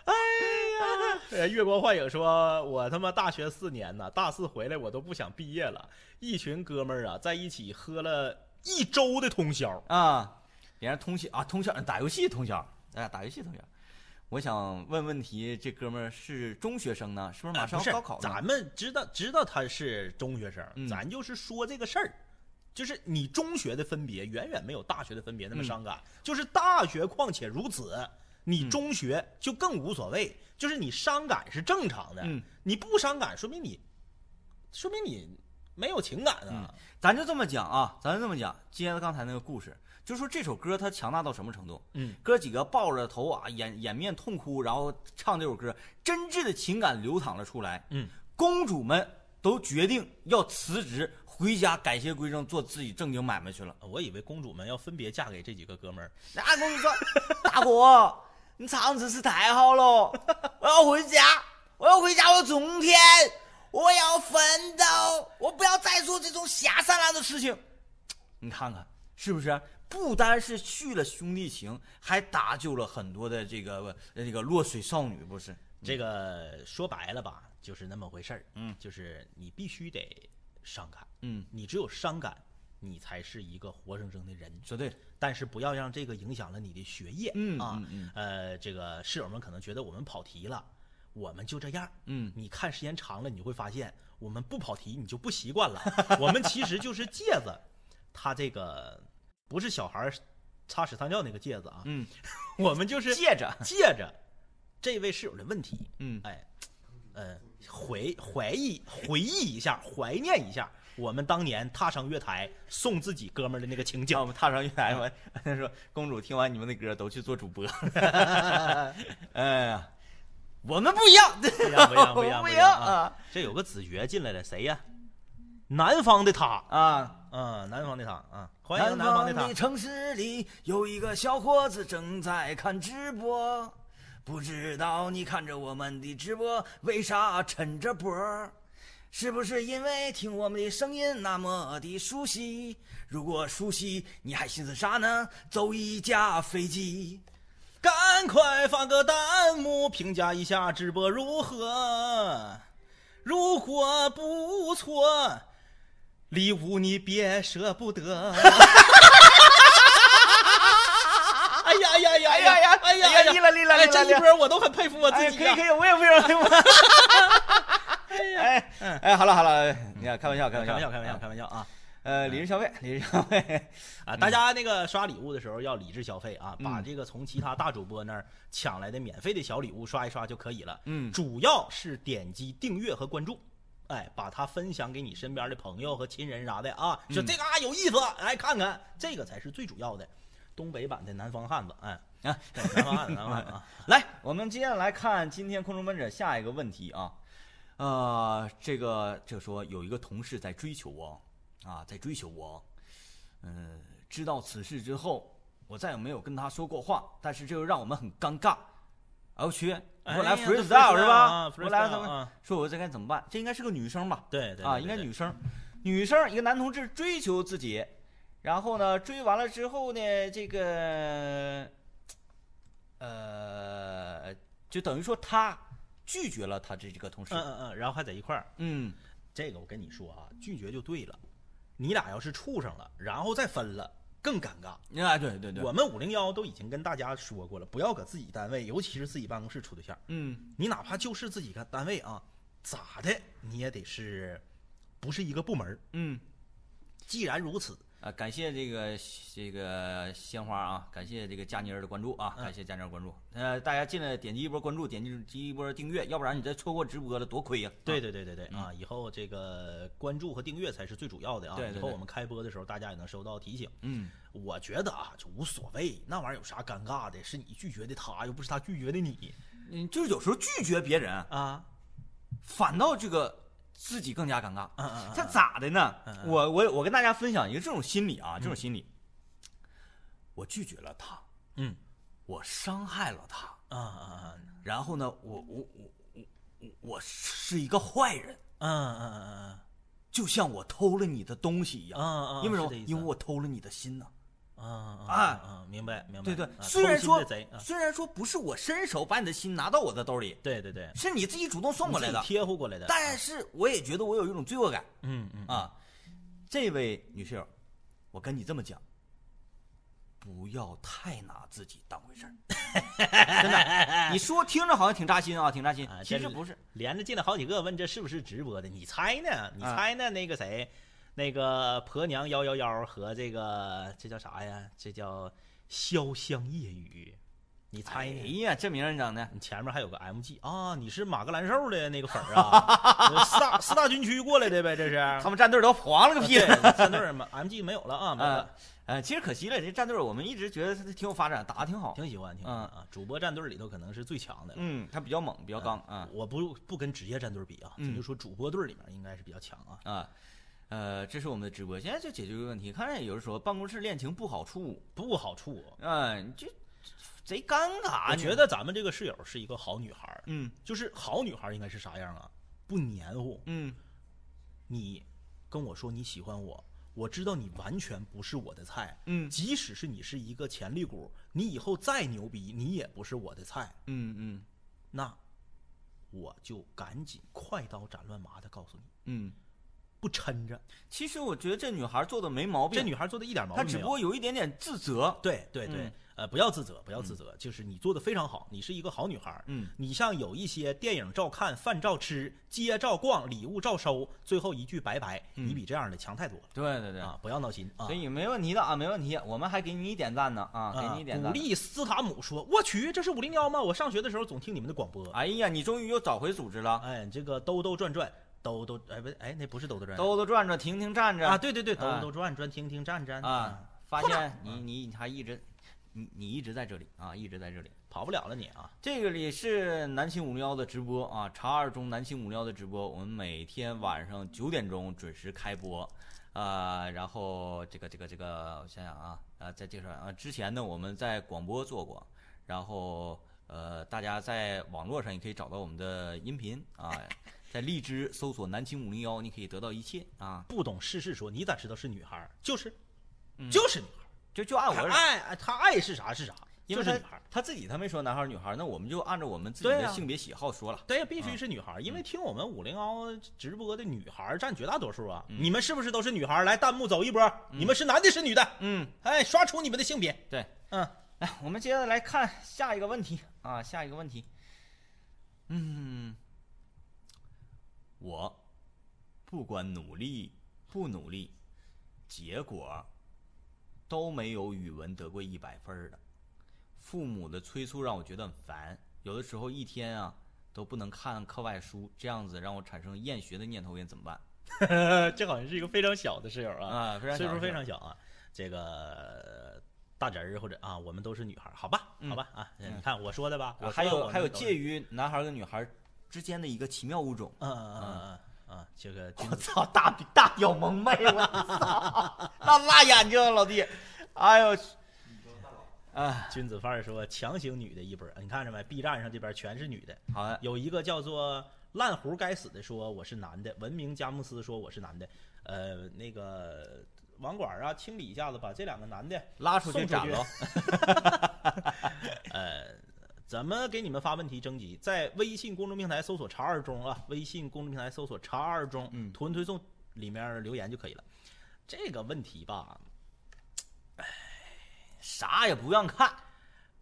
S2: 哎呀，月光幻影说：“我他妈大学四年呐，大四回来我都不想毕业了。一群哥们儿啊，在一起喝了一周的通宵。
S3: 啊，连通宵啊，通宵打游戏通宵，哎，打游戏通宵。我想问问题，这哥们儿是中学生呢，是不是马上
S2: 啊哎不
S3: 要
S2: 是
S3: 高考呢？
S2: 咱们知道知道他是中学生，
S3: 嗯
S2: 咱就是说这个事儿，就是你中学的分别远远没有大学的分别那
S3: 嗯
S2: 么伤感，就是大学况且如此，你
S3: 嗯
S2: 中学就更无所谓，就是你伤感是正常的，
S3: 嗯
S2: 你不伤感说明你，说明你没有情感
S3: 嗯
S2: 啊，，
S3: 咱就这么讲啊，咱就这么讲，接着刚才那个故事，就说这首歌它强大到什么程度？
S2: 嗯，
S3: 哥几个抱着头啊，掩掩面痛哭，然后唱这首歌，真挚的情感流淌了出来。
S2: 嗯，
S3: 公主们都决定要辞职，回家改邪归正，做自己正经买卖去了。
S2: 我以为公主们要分别嫁给这几个哥们儿，
S3: 那公主说：“ 大哥，你唱真是太好 了，我要回家，我要回家，我要种田，我要奋斗，我不要再做这种下三滥的事情。”你看看是不是？不单是续了兄弟情，还搭救了很多的这个呃这个落水少女，不是？
S2: 这个说白了吧，就是那么回事儿，
S3: 嗯
S2: 就是你必须得伤感，
S3: 嗯，
S2: 你只有伤感，你才是一个活生生的人，
S3: 说对了，
S2: 但是不要让这个影响了你的学业，
S3: 嗯
S2: 啊
S3: 嗯，嗯
S2: 呃，这个室友们可能觉得我们跑题了，我们就这样，
S3: 嗯
S2: 你看时间长了，你会发现我们不跑题你就不习惯了，我们其实就是戒子，它这个不是小孩儿擦屎糖尿那个戒子啊，
S3: 嗯，
S2: 我们就是
S3: 借着，
S2: 借着这位室友的问题，
S3: 嗯
S2: 哎，呃，回怀忆回忆一下，怀念一下我们当年踏上月台送自己哥们儿的那个情景
S3: 啊让我。们踏上月台吧。他说：“公主听完你们的歌，都去做主 播。”哎呀，我们不一样，
S2: 不一样，不一样，不一 样，
S3: 不一
S2: 一
S3: 样
S2: 样
S3: 啊！
S2: 这有个子爵进来了，谁呀？南方的他，
S3: 啊！
S2: 嗯，南方的他，啊，欢迎南方的他。
S3: 城市里有一个小伙子正在看直播，不知道你看着我们的直播，为啥沉着波？是不是因为听我们的声音那么的熟悉？如果熟悉，你还寻思啥呢？走一架飞机。
S2: 赶快发个弹幕评价一下直播如何？如果不错，礼物你别舍不得。哎呀呀呀呀！哎呀
S3: 哎呀立了立了
S2: 哎
S3: 立了
S2: 这
S3: 立
S2: 一
S3: 了
S2: 波我都很佩服我
S3: 哎，
S2: 自己啊
S3: 可
S2: 呀
S3: 以可以，我也不想听了。哎哎，好了好了，你看开玩笑开玩
S2: 开
S3: 笑
S2: 玩笑，开玩笑，开。玩笑啊！
S3: 呃，理智消费，理智消费。
S2: 啊，大家那个刷礼物的时候要理智消费啊，
S3: 嗯
S2: 把这个从其他大主播那儿抢来的免费的小礼物刷一刷就可以了。
S3: 嗯
S2: 主要是点击订阅和关注，哎，把它分享给你身边的朋友和亲人啥的啊，
S3: 嗯
S2: 说这个啊有意思，哎，看看这个才是最主要的。东北版的南方汉子，哎，
S3: 啊
S2: 对南方汉子，南方汉 子啊，
S3: 来， 我们接下来看今天空中门诊下一个问题啊。呃，这个这个说有一个同事在追求我啊，在追求我。嗯、知道此事之后，我再也没有跟他说过话，但是这又让我们很尴尬。哎我去，我说来
S2: 哎呀
S3: freestyle 是吧？
S2: 啊
S3: 我来咱
S2: freestyle
S3: 们
S2: 啊
S3: 说我这该怎么办？这应该是个女生吧？
S2: 对对对
S3: 啊，
S2: 对
S3: 应该
S2: 对
S3: 女生，女生一个男同志追求自己，然后呢，追完了之后呢，这个，呃，就等于说他拒绝了他这这个同事
S2: 嗯，嗯嗯，然后还在一块儿，
S3: 嗯，
S2: 这个我跟你说啊，拒绝就对了。你俩要是处上了，然后再分了，更尴尬。
S3: 啊，对对对，
S2: 我们五零幺都已经跟大家说过了，不要搁自己单位，尤其是自己办公室处对象。
S3: 嗯，
S2: 你哪怕就是自己个单位啊，咋的你也得是，不是一个部门儿。
S3: 嗯，
S2: 既然如此，
S3: 啊，感谢这个这个鲜花啊，感谢这个佳妮儿的关注啊，感谢佳妮儿关注，呃，大家进来点击一波关注，点击一波订阅，要不然你再错过直播了多亏呀、
S2: 对
S3: 对，
S2: 对对对对啊，以后这个关注和订阅才是最主要的啊。
S3: 对对对
S2: 以后我们开播的时候，大家也能收到提醒。
S3: 嗯，
S2: 我觉得啊，就无所谓，那玩意儿有啥尴尬的？是你拒绝的他，又不是他拒绝的你
S3: 嗯，就是有时候拒绝别人，
S2: 啊。
S3: 反倒这个自己更加尴尬。
S2: 嗯嗯嗯
S3: 这咋的呢
S2: 嗯？嗯
S3: 我我我跟大家分享一个这种心理啊，这种心理，我拒绝了他，
S2: 嗯
S3: 我伤害了他，
S2: 啊啊
S3: 然后呢，我我我我我我是一个坏人，
S2: 啊嗯嗯嗯
S3: 就像我偷了你的东西一
S2: 嗯
S3: 样。
S2: 啊！
S3: 因为什
S2: 是这意
S3: 么？
S2: 思
S3: 因为我偷了你的心呐、
S2: 啊
S3: 啊
S2: 啊！明白明白。
S3: 对对
S2: 啊，
S3: 虽然
S2: 偷
S3: 说
S2: 心的贼啊，
S3: 虽然说不是我伸手把你的心拿到我的兜里，
S2: 对对对，
S3: 是你自己主动送过来
S2: 你
S3: 的
S2: 自，己贴乎过来的。
S3: 但是我也觉得我有一种罪恶感。
S2: 嗯嗯
S3: 啊，这位女室友，我跟你这么讲，不要太拿自己当回事儿， 真的。你说听着好像挺扎心啊，挺扎心
S2: 啊，
S3: 其
S2: 这
S3: 实不是。
S2: 连着进来好几个，问这是不是直播的？你猜呢？你
S3: 啊
S2: 猜呢？那个谁，那个婆娘幺幺幺和这个这叫啥呀？这叫潇湘夜雨你猜
S3: 哎
S2: 呢？
S3: 呀，这名儿整的，
S2: 你前面还有个 MG 啊，你是马格兰兽的那个粉儿 啊？四大四大军区过来的呗，这是？
S3: 他们战队都黄了个屁
S2: 啊对，
S3: 了。
S2: 三队儿嘛 MG 没有了 啊，没有
S3: 嗯
S2: 了，，
S3: 呃，其实可惜了，这战队我们一直觉得他挺有发展，打的挺好。
S2: 挺喜欢，挺喜欢啊。主播战队里头可能是最强的了。
S3: 嗯，他比较猛，比较刚啊
S2: 我不不跟职业战队比啊，
S3: 嗯
S2: 咱就说主播队里面应该是比较强啊。
S3: 啊，呃，这是我们的直播，现在就解决一个问题。看着有人说办公室恋情不好处，
S2: 不好处，
S3: 嗯、你就贼尴尬。啊
S2: 我
S3: 你
S2: 觉，得咱们这个室友是一个好女孩儿，
S3: 嗯
S2: 就是好女孩儿应该是啥样啊？不黏糊，
S3: 嗯，
S2: 你跟我说你喜欢我，我知道你完全不是我的菜。
S3: 嗯
S2: 即使是你是一个潜力股，你以后再牛逼，你也不是我的菜。
S3: 嗯嗯
S2: 那我就赶紧快刀斩乱麻的告诉你，
S3: 嗯，
S2: 不抻着。
S3: 其实我觉得这女孩做的没毛病，
S2: 这女孩做的一点毛
S3: 她
S2: 病没
S3: 只
S2: 有。
S3: 不过有一点点自责。
S2: 对对对，
S3: 嗯
S2: 呃，不要自责，不要自责，就是你做的非常好，你是一个好女孩。
S3: 嗯，
S2: 你像有一些电影照看，饭照吃，街照逛，礼物照收，最后一句拜拜，你比这样的强太多了、
S3: 对对对，
S2: 啊！不要闹心啊！
S3: 所以没问题的啊，没问题，我们还给你点赞呢啊，
S2: 啊
S3: 给你点
S2: 鼓
S3: 赞。
S2: 励斯塔姆说：“我去，这是五零幺吗？我上学的时候总听你们的广播。
S3: 哎呀，你终于又找回组织了，
S2: 哎，这个兜兜转转，兜兜哎不哎，那不是兜兜转
S3: 兜兜转转，停停站着
S2: 啊，对对对，兜
S3: 啊
S2: 兜转转，听听站站
S3: 啊，，发现你你你还一直，你你一直在这里啊，一直在这里。
S2: 跑不了了你啊！
S3: 这个里是南青五零幺的直播啊，茶二中南青五零幺的直播，我们每天晚上九点钟准时开播，啊、然后这个这个这个，我想想啊，啊，再介绍啊，之前呢我们在广播做过，然后呃，大家在网络上也可以找到我们的音频 啊，在荔枝搜索南青五零幺，你可以得到一切啊，
S2: 不懂世事说，你咋知道是女孩儿？就是，就是女孩儿。”
S3: 就就按嗯我
S2: 他
S3: 这。
S2: 爱他爱是啥是啥，
S3: 因
S2: 就
S3: 为
S2: 是
S3: 他
S2: 女孩儿。
S3: 他自己他没说男孩儿女孩儿，那我们就按照我们自己
S2: 对
S3: 的
S2: 啊
S3: 性别喜好说了。
S2: 对呀，必须是女孩儿，因
S3: 嗯
S2: 为听我们五零幺直播的女孩儿占绝大多数
S3: 嗯
S2: 啊。你们是不是都是女孩儿？来，弹幕走一波，你们是男的，是女的？
S3: 嗯，
S2: 哎，刷出你们的性别。
S3: 对，
S2: 嗯，
S3: 来，我们接着来看下一个问题啊，下一个问题。嗯，我不管努力不努力，结果都没有语文得过一百分儿的。父母的催促让我觉得很烦，有的时候一天啊都不能看课外书，这样子让我产生厌学的念头，应该怎么办？
S2: 这好像是一个非常小的室友
S3: 啊非常小
S2: 岁
S3: 的
S2: 数
S3: 室
S2: 非
S3: 友
S2: 常小啊。这个大侄儿或者啊，我们都是女孩儿，好吧，好吧啊，你看我说的吧，我
S3: 还
S2: 说的
S3: 有
S2: 我
S3: 还有
S2: 们都是
S3: 介，于男孩儿跟女孩儿之间的一个奇妙物种。
S2: 嗯嗯嗯嗯嗯，这个君
S3: 我
S2: 子
S3: 操，大比大屌萌妹，我 操，那辣眼睛啊，老弟，哎呦，啊，
S2: 君子范儿说强行女的一波儿，你看着没？B 站上这边全是女的，
S3: 好的，
S2: 有一个叫做“烂胡该死的”说我是男的，文明佳木斯说我是男的，呃，那个网管啊，清理一下子，把这两个男的
S3: 拉出去
S2: 送
S3: 斩 喽，
S2: 呃，怎么给你们发问题征集？在微信公众平台搜索“查二中”啊，微信公众平台搜索“查二中”，
S3: 嗯
S2: 图文推送里面留言就可以了。这个问题吧，
S3: 啥也不让看，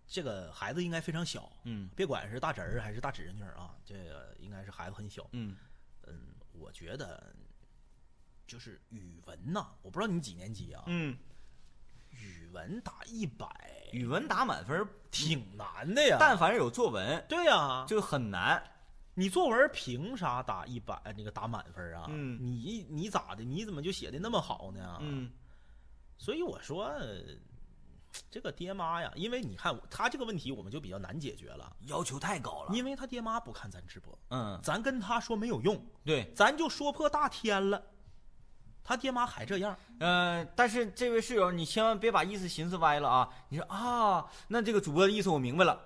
S2: 这个孩子应该非常小，
S3: 嗯
S2: 别管是大侄儿还是大侄女儿啊，这个应该是孩子很小。
S3: 嗯
S2: 嗯，我觉得就是语文呐、我不知道你几年级啊，
S3: 嗯，
S2: 语文打一百
S3: 语文打满分，
S2: 挺难的呀。
S3: 但凡是有作文
S2: 对呀、
S3: 就很难，
S2: 你作文凭啥打一百那个打满分啊？
S3: 嗯
S2: 你你咋的？你怎么就写的那么好呢？，
S3: 嗯
S2: 所以我说。这个爹妈呀，因为你看他这个问题，我们就比较难解决了，
S3: 要求太高了，
S2: 因为他爹妈不看咱直播，
S3: 嗯，
S2: 咱跟他说没有用，
S3: 对，
S2: 咱就说破大天了，他爹妈还这样，
S3: 呃，但是这位室友，你千万别把意思寻思歪了啊！你说啊，那这个主播的意思我明白了，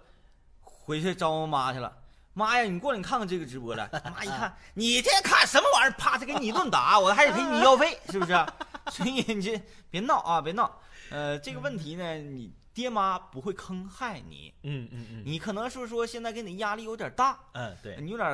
S3: 回去找我妈去了。妈呀，你过来你看看这个直播 来。妈一看，你这看什么玩意儿？啪，再给你一顿 打，我还得赔你医药费，是不是？所以你这别闹啊，别闹。呃，这个问题呢，你爹妈不会坑害你，
S2: 嗯嗯嗯
S3: 你可能是说现在给你压力有点大，
S2: 嗯，对，
S3: 你有点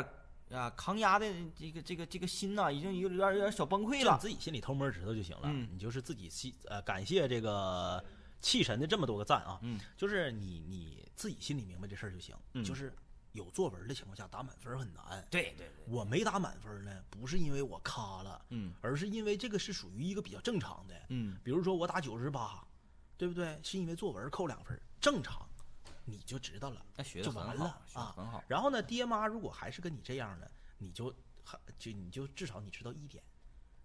S3: 啊抗压的这个这个这个心呐、已经有点有点小崩溃
S2: 就
S3: 了
S2: 你。自己心里偷摸知道就行了。
S3: 嗯
S2: 你就是自己心呃，感谢这个气神的这么多个赞啊。
S3: 嗯，
S2: 就是你你自己心里明白这事儿就行。
S3: 嗯
S2: 就是有作文的情况下打满分很难。
S3: 对对对，
S2: 我没打满分呢，不是因为我卡了，
S3: 嗯
S2: 而是因为这个是属于一个比较正常的。
S3: 嗯
S2: 比如说我打九十八，对不对？是因为作文扣两分，正常。你就知道了，
S3: 那学
S2: 就
S3: 得很
S2: 完
S3: 好
S2: 了
S3: 学得
S2: 啊，
S3: 很好
S2: 然后呢，爹妈如果还是跟你这样呢，你就还就你就至少你知道一点，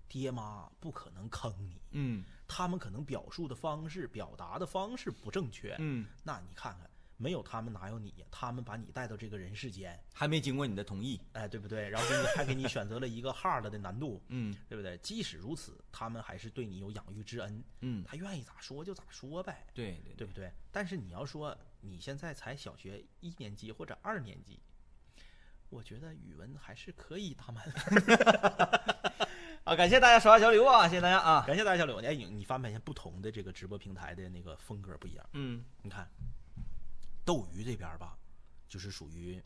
S2: 爹妈不可能坑你，
S3: 嗯
S2: 他们可能表述的方式、表达的方式不正确，
S3: 嗯，
S2: 那你看看，没有他们哪有你呀？他们把你带到这个人世间，
S3: 还没经过你的同意，
S2: 哎，对不对？然后给你还给你选择了一个 hard 的难度，
S3: 嗯，
S2: 对不对？即使如此，他们还是对你有养育之恩，
S3: 嗯
S2: 他愿意咋说就咋说呗，
S3: 对对
S2: 对不对？但是你要说你现在才小学一年级或者二年级，我觉得语文还是可以打满 分儿。
S3: 啊，感谢大家手下交流啊，谢谢大家啊，
S2: 感谢大家交流，哎，你你翻拍一下不同的这个直播平台的那个风格不一样，
S3: 嗯
S2: 你看，斗鱼这边儿吧，就是属于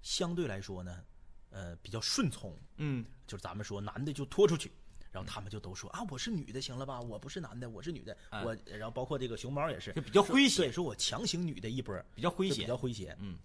S2: 相对来说呢，呃，比较顺从，
S3: 嗯
S2: 就是咱们说男的就拖出去，然后他们就都说啊，我是女的，行了吧？我不是男的，我是女的，
S3: 嗯
S2: 我然后包括这个熊猫也是
S3: 就比较诙谐
S2: 对，说我强行女的一波，
S3: 比较诙谐
S2: 就比较诙谐。
S3: 嗯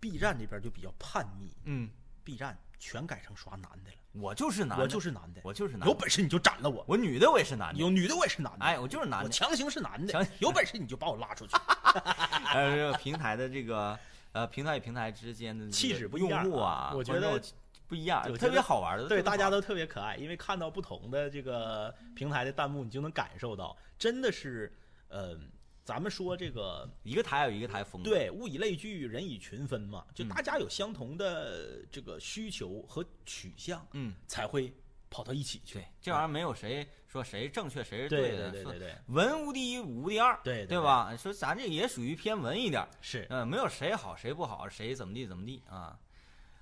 S2: ，B 站这边就比较叛逆
S3: 嗯，
S2: ，B 站全改成刷男的了，
S3: 我就是男的，
S2: 我就是男的，
S3: 我就是男的，
S2: 有本事你就斩了我，
S3: 我女的我也是男的，
S2: 有女的我也是男的，
S3: 哎我就是男的
S2: 我强行是男
S3: 强
S2: 的
S3: 行，啊
S2: 有本事你就把我拉 出去。
S3: 呃，这个平台的这个呃，平台与平台之间的这个
S2: 气质不一
S3: 用
S2: 样
S3: 户
S2: 啊
S3: 啊，
S2: 我觉
S3: 观
S2: 得
S3: 众不一样
S2: 我，觉
S3: 特别
S2: 得
S3: 好玩的，
S2: 对，
S3: 特别
S2: 大家
S3: 好
S2: 都特别可爱，因为看到不同的这个平台的弹幕，你就能感受到，真的是，呃，咱们说这个
S3: 一个台有一个台风格，
S2: 对，物以类聚，人以群分嘛，就
S3: 嗯
S2: 大家有相同的这个需求和取向，
S3: 嗯，
S2: 才会跑到一起去
S3: 对。，这玩意儿没有谁说谁正确谁是
S2: 对对
S3: 的，
S2: 对
S3: 说
S2: 对对
S3: 文无第一，武无第二，
S2: 对对
S3: 对
S2: 对
S3: 吧？说咱这也属于偏文一点儿，
S2: 是
S3: 呃，没有谁好谁不好，谁怎么地怎么地啊。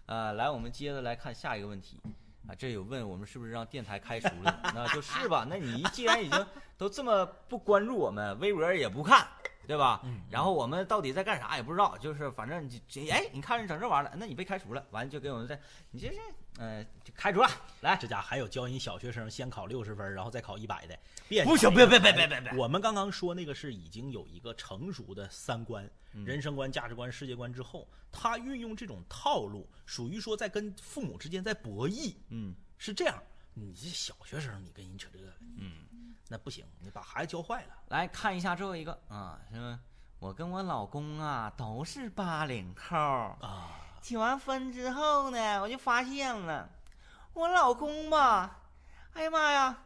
S3: 呃，来，我们接着来看下一个问题啊，这有问我们是不是让电台开除了？那就是吧，那你既然已经都这么不关注我们，微博也不看，对吧？
S2: 嗯
S3: 然后我们到底在干啥也不知道，就是反正你这哎，你看人整这玩意儿了，那你被开除了，完了就给我们在你这是呃就开除了，来
S2: 这家还有教人小学生先考六十分，然后再考一百的，别
S3: 不行
S2: 啥
S3: 别
S2: 也
S3: 别
S2: 干
S3: 别别别别
S2: 我们刚刚说那个是已经有一个成熟的三观、人生观、价值观、世界观之后，他运用这种套路，属于说在跟父母之间在博弈。
S3: 嗯，
S2: 是这样，你这小学生你跟人扯这个，嗯，那不行，你把孩子教坏了。
S3: 来看一下最后一个啊，什么？我跟我老公啊都是八零后 啊。结完婚之后呢，我就发现了，我老公吧，哎呀妈呀，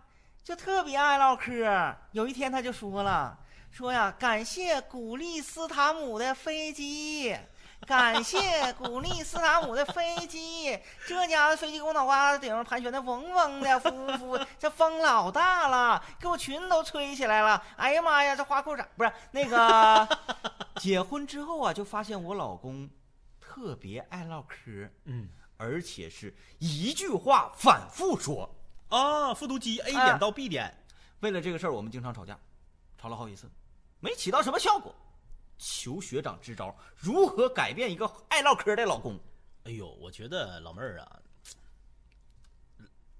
S3: 就特别爱唠嗑。有一天他就说了，说呀，感谢古力斯塔姆的飞机，感谢古力斯塔姆的飞机，这家的飞机给我脑瓜子顶上盘旋的嗡嗡的，呼 呼，这风老大了，给我裙都吹起来了。哎呀妈呀，这花裤衩不是那个， 结婚之后啊，就发现我老公特别爱唠嗑，
S2: 嗯，
S3: 而且是一句话反复说。
S2: 啊，复读机 A
S3: 啊
S2: 点到 B 点，
S3: 为了这个事儿，我们经常吵架，吵了好几次，没起到什么效果。求学长支招，如何改变一个爱唠嗑的老公？
S2: 哎呦，我觉得老妹儿啊，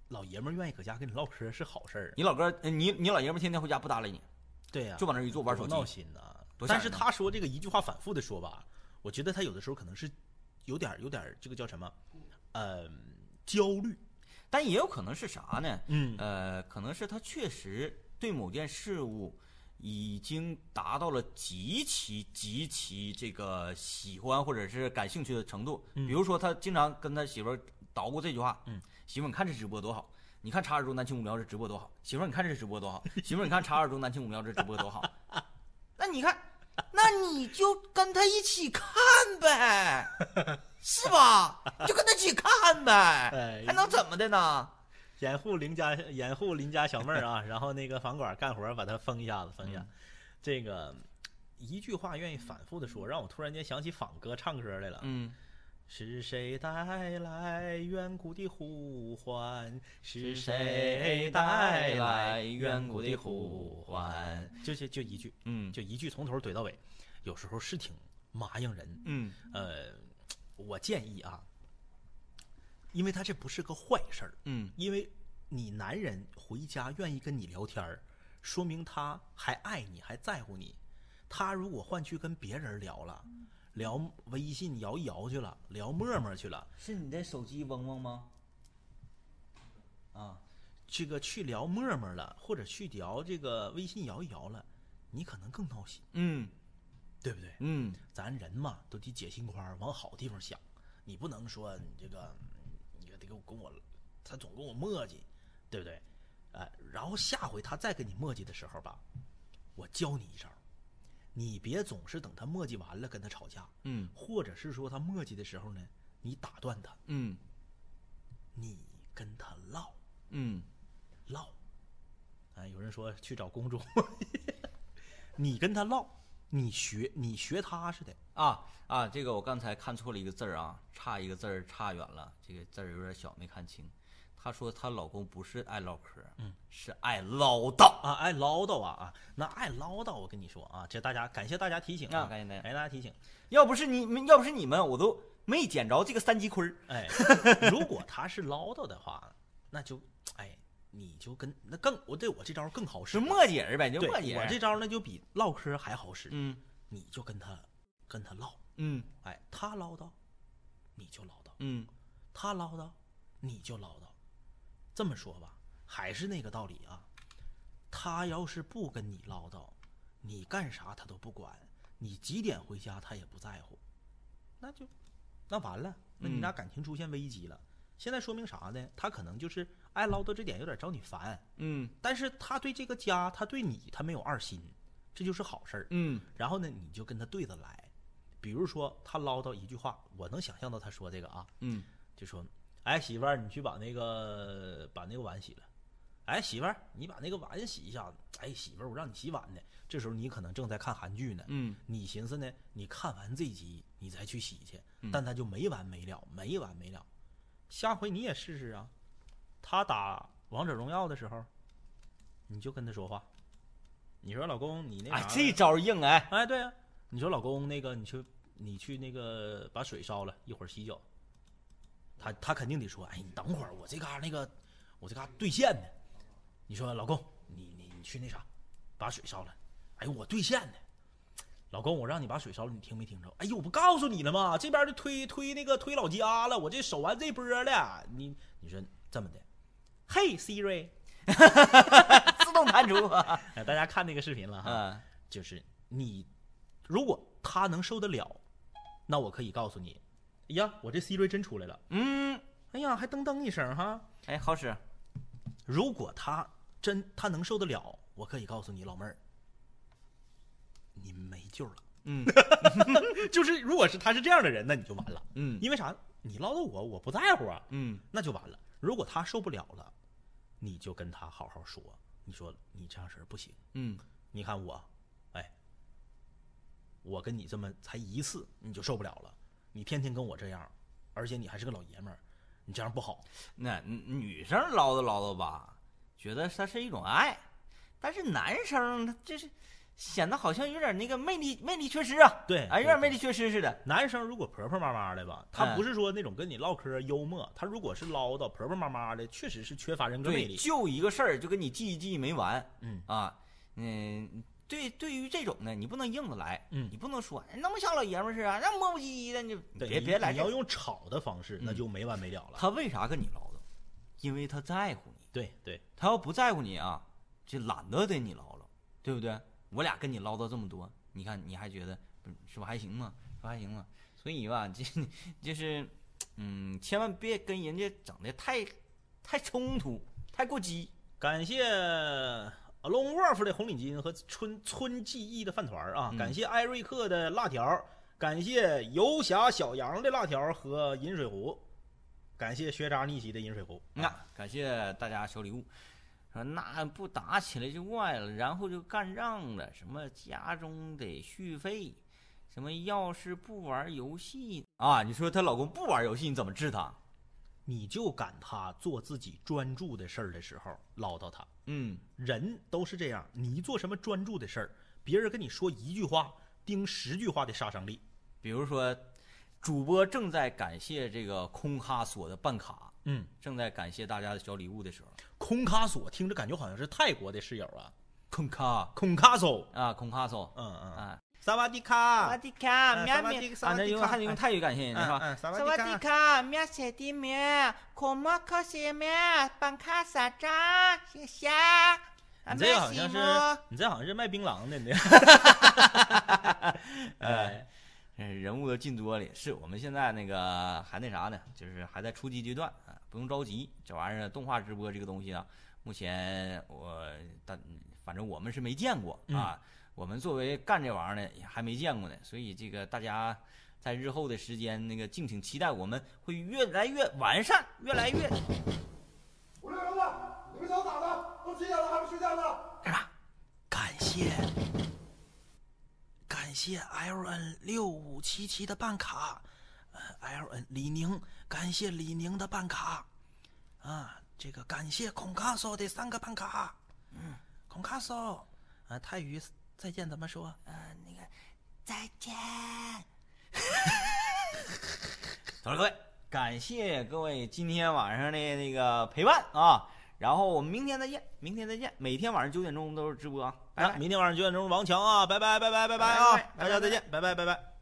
S2: 老爷们儿愿意搁家跟你唠嗑是好事儿。啊
S3: 你老哥，呃你你老爷们儿天天回家不搭理你，
S2: 对呀、
S3: 就往那儿一坐玩手
S2: 多闹
S3: 机。
S2: 心呐。
S3: 多吓
S2: 但
S3: 人啊
S2: 是
S3: 呐
S2: 他说这个一句话反复的说吧，我觉得他有的时候可能是有点儿有点儿这个叫什么，呃，焦虑。
S3: 但也有可能是啥呢？
S2: 嗯
S3: 呃，可能是他确实对某件事物已经达到了极其极其这个喜欢或者是感兴趣的程度。比如说，他经常跟他媳妇儿捣鼓这句话：“
S2: 嗯，
S3: 媳妇儿，你看这直播多好。”你看《查尔中南青五聊》这直播多好，媳妇儿你看这直 播多好，媳妇儿你看《查尔中南青五聊》这直播多好，那你看， 那你就跟他一起看 呗，是吧？你就跟他一起看呗
S2: 哎，
S3: 还能怎么的呢？
S2: 掩护邻家掩护邻家小妹儿 啊，然后那个房管干活儿把她封一下子，封一下。
S3: 嗯
S2: 这个一句话愿意反复的说，让我突然间想起仿哥唱歌来了。
S3: 嗯，
S2: 是谁带来远古的呼唤？是
S3: 是
S2: 谁
S3: 谁
S2: 带
S3: 带
S2: 来
S3: 来
S2: 远
S3: 远
S2: 古
S3: 古
S2: 的
S3: 的
S2: 呼
S3: 呼
S2: 唤
S3: 唤？
S2: 就就就一句，
S3: 嗯
S2: 就一句，从头怼到尾，有时候是挺麻痒人。
S3: 嗯
S2: 呃，我建议啊，因为他这不是个坏事儿，
S3: 嗯，
S2: 因为你男人回家愿意跟你聊天儿，说明他还爱你，还在乎你。他如果换去跟别人聊了，聊微信摇一摇去了，聊陌陌去了，
S3: 是你的手机嗡嗡吗？啊，
S2: 这个去聊陌陌了，或者去聊这个微信摇一摇了，你可能更闹心。
S3: 嗯，
S2: 对不对？
S3: 嗯，
S2: 咱人嘛，都得解心宽儿，往好地方想。你不能说你这个，你得给我跟我，他总跟我磨叽，对不对？哎，然后下回他再跟你磨叽的时候吧，我教你一招，你别总是等他磨叽完了跟他吵架，
S3: 嗯，
S2: 或者是说他磨叽的时候呢，你打断他，
S3: 嗯
S2: 你跟他唠
S3: 嗯，
S2: 唠。哎，有人说去找公主， 你跟他唠，你学你学踏实的，
S3: 啊啊，这个我刚才看错了一个字儿啊，差一个字儿差远了，这个字儿有点小，没看清。她说她老公不是爱唠嗑，嗯，是爱唠叨。
S2: 啊，爱唠叨啊啊，那爱唠叨，我跟你说啊，这大家感谢大家提醒
S3: 啊
S2: 啊，
S3: 感谢大家
S2: 大家提醒。
S3: 要不是你们，要不是你们，我都没捡着这个三级盔儿。
S2: 哎， 如果他是唠叨的话，那就哎，你就跟那更我对我这招更好使
S3: 是
S2: 了，
S3: 磨叽人呗，就
S2: 对
S3: 磨叽人。
S2: 我这招那就比唠嗑还好使。
S3: 哎嗯
S2: 你就跟他跟他唠，
S3: 嗯
S2: 哎，他唠叨，你就唠叨；
S3: 嗯
S2: 他唠叨，你就唠叨。这么说吧，还是那个道理啊。他要是不跟你唠叨，你干啥他都不管，你几点回家他也不在乎，那就那完了，那你俩感情出现危机了。现在说明啥呢？他可能就是爱唠叨这点有点招你烦，
S3: 嗯
S2: 但是他对这个家，他对你，他没有二心，这就是好事儿。
S3: 嗯
S2: 然后呢，你就跟他对着来。比如说他唠叨一句话，我能想象到他说这个啊，
S3: 嗯
S2: 就说：“哎，媳妇儿，你去把那个把那个碗洗了。”哎，媳妇儿，你把那个碗洗一下。哎，媳妇儿，我让你洗碗呢。这时候你可能正在看韩剧呢，
S3: 嗯，
S2: 你寻思呢，你看完这集你再去洗去，
S3: 嗯
S2: 但他就没完没了，没完没了。下回你也试试啊。他打王者荣耀的时候，你就跟他说话，你说老公，你那
S3: 哎
S2: 啥，
S3: 这招儿硬哎，
S2: 哎，对啊，你说老公那个，你去你去那个把水烧了，一会儿洗脚。他他肯定得说，哎，你等会儿，我这嘎那个，我这嘎兑现呢。你说老公，你你你去那啥，把水烧了。哎呦，我兑现呢。老公，我让你把水烧了，你听没听着？哎呦，我不告诉你了吗？这边就推推那个推老家了，我这守完这波了。你你说这么的，嘿，Siri，
S3: 自动弹出。 啊
S2: 哎，大家看那个视频了哈。就是你如果他能受得了，那我可以告诉你，哎呀，我这 Siri 真出来了，
S3: 嗯，
S2: 哎呀，还噔噔一声哈。
S3: 哎，好使。
S2: 如果他真他能受得了，我可以告诉你，老妹儿，你没救了。
S3: 嗯
S2: 就是如果是他是这样的人，那你就完了。
S3: 嗯
S2: 因为啥？你唠叨我，我不在乎啊，
S3: 嗯
S2: 那就完了。如果他受不了了，你就跟他好好说，你说你这样式儿不行。
S3: 嗯
S2: 你看我，哎，我跟你这么才一次你就受不了了，你天天跟我这样，而且你还是个老爷们儿，你这样不好。
S3: 那女女生唠叨唠叨吧，觉得它是一种爱，但是男生他就是显得好像有点那个魅力魅力缺失啊。
S2: 对
S3: 哎，
S2: 对
S3: 有点魅力嗯缺失似的。
S2: 男生如果婆婆妈妈的吧，他不是说那种跟你唠嗑幽默，他如果是唠叨婆婆妈妈的，确实是缺乏人格魅
S3: 对，
S2: 力。
S3: 就一个事儿就跟你记一记没完。
S2: 嗯
S3: 啊，嗯，对，对于这种呢，你不能硬着来，
S2: 嗯
S3: 你不能说哎那么像老爷们儿似的，那磨磨唧唧的，你就
S2: 对
S3: 别
S2: 你
S3: 别来
S2: 你
S3: 这
S2: 要
S3: 个。
S2: 用吵的方式，那就没完没了了。
S3: 他为啥跟你唠叨？因为他在乎你，
S2: 对对，
S3: 他要不在乎你啊，就懒得跟你唠唠，对不对？我俩跟你唠叨这么多，你看你还觉得不是是不还行吗？是不还行吗？所以吧， 这就是，嗯，千万别跟人家整的太太冲突，太过激。
S2: 感谢 Alone Wolf 的红领巾和春春记忆的饭团儿
S3: 嗯
S2: 啊，感谢艾瑞克的辣条儿，感谢游侠小杨的辣条儿和饮水壶，感谢学渣逆袭的饮水壶。
S3: 那感谢大家小礼物，说那不打起来就怪了，然后就干仗了，什么家中得续费，什么要是不玩游戏啊，你说她老公不玩游戏，你怎么治她？
S2: 你就赶他做自己专注的事儿的时候唠叨他，
S3: 嗯
S2: 人都是这样，你做什么专注的事儿，别人跟你说一句话，盯十句话的杀伤力。
S3: 比如说，主播正在感谢这个空哈索的办卡，
S2: 嗯，
S3: 正在感谢大家的小礼物的时候，
S2: 空卡索听着感觉好像是泰国的室友啊，
S3: 空卡
S2: 空卡索，
S3: 啊，空哈索
S2: 嗯嗯嗯，
S3: 啊，
S2: 萨瓦迪卡，
S7: 瓦迪卡，
S2: 呃萨
S7: 喵
S2: 瓦
S7: 喵
S2: 迪，萨
S3: 啊，
S2: 瓦
S3: 那
S2: 迪
S3: 用
S2: 卡哎
S3: 还得用泰语感谢人家是吧？
S2: 嗯，萨
S7: 萨瓦迪卡，喵小弟喵，恐怕可惜喵，帮卡萨扎，谢谢。啊
S2: 你这个好
S7: 买
S2: 像是
S7: 西摩
S2: 你这好像是卖槟榔的，你哎这
S3: 呃，人物的进多了，是我们现在那个还那啥呢，就是还在初级阶段啊，不用着急。这玩意儿动画直播这个东西啊，目前我但反正我们是没见过啊，我们作为干这玩意儿的也还没见过呢，所以这个大家。在日后的时间，那个敬请期待，我们会越来越完善，越来越
S8: 五六儿子，你们想咋的？都几点了还不睡觉呢？
S1: 感谢感谢 L N 六五七七的办卡，呃，L N 李宁，感谢李宁的办卡，啊，这个感谢孔卡索的三个办卡，嗯，孔卡索，啊，泰语再见怎么说？
S5: 呃，那个，再见。
S3: 走了，各位，感谢各位今天晚上的那个陪伴啊，然后我们明天再见，明天再见，每天晚上九点钟都是直播啊，拜拜
S2: 啊，。明天晚上九点钟王强啊，拜拜拜拜拜拜啊，大家再见，拜拜拜拜。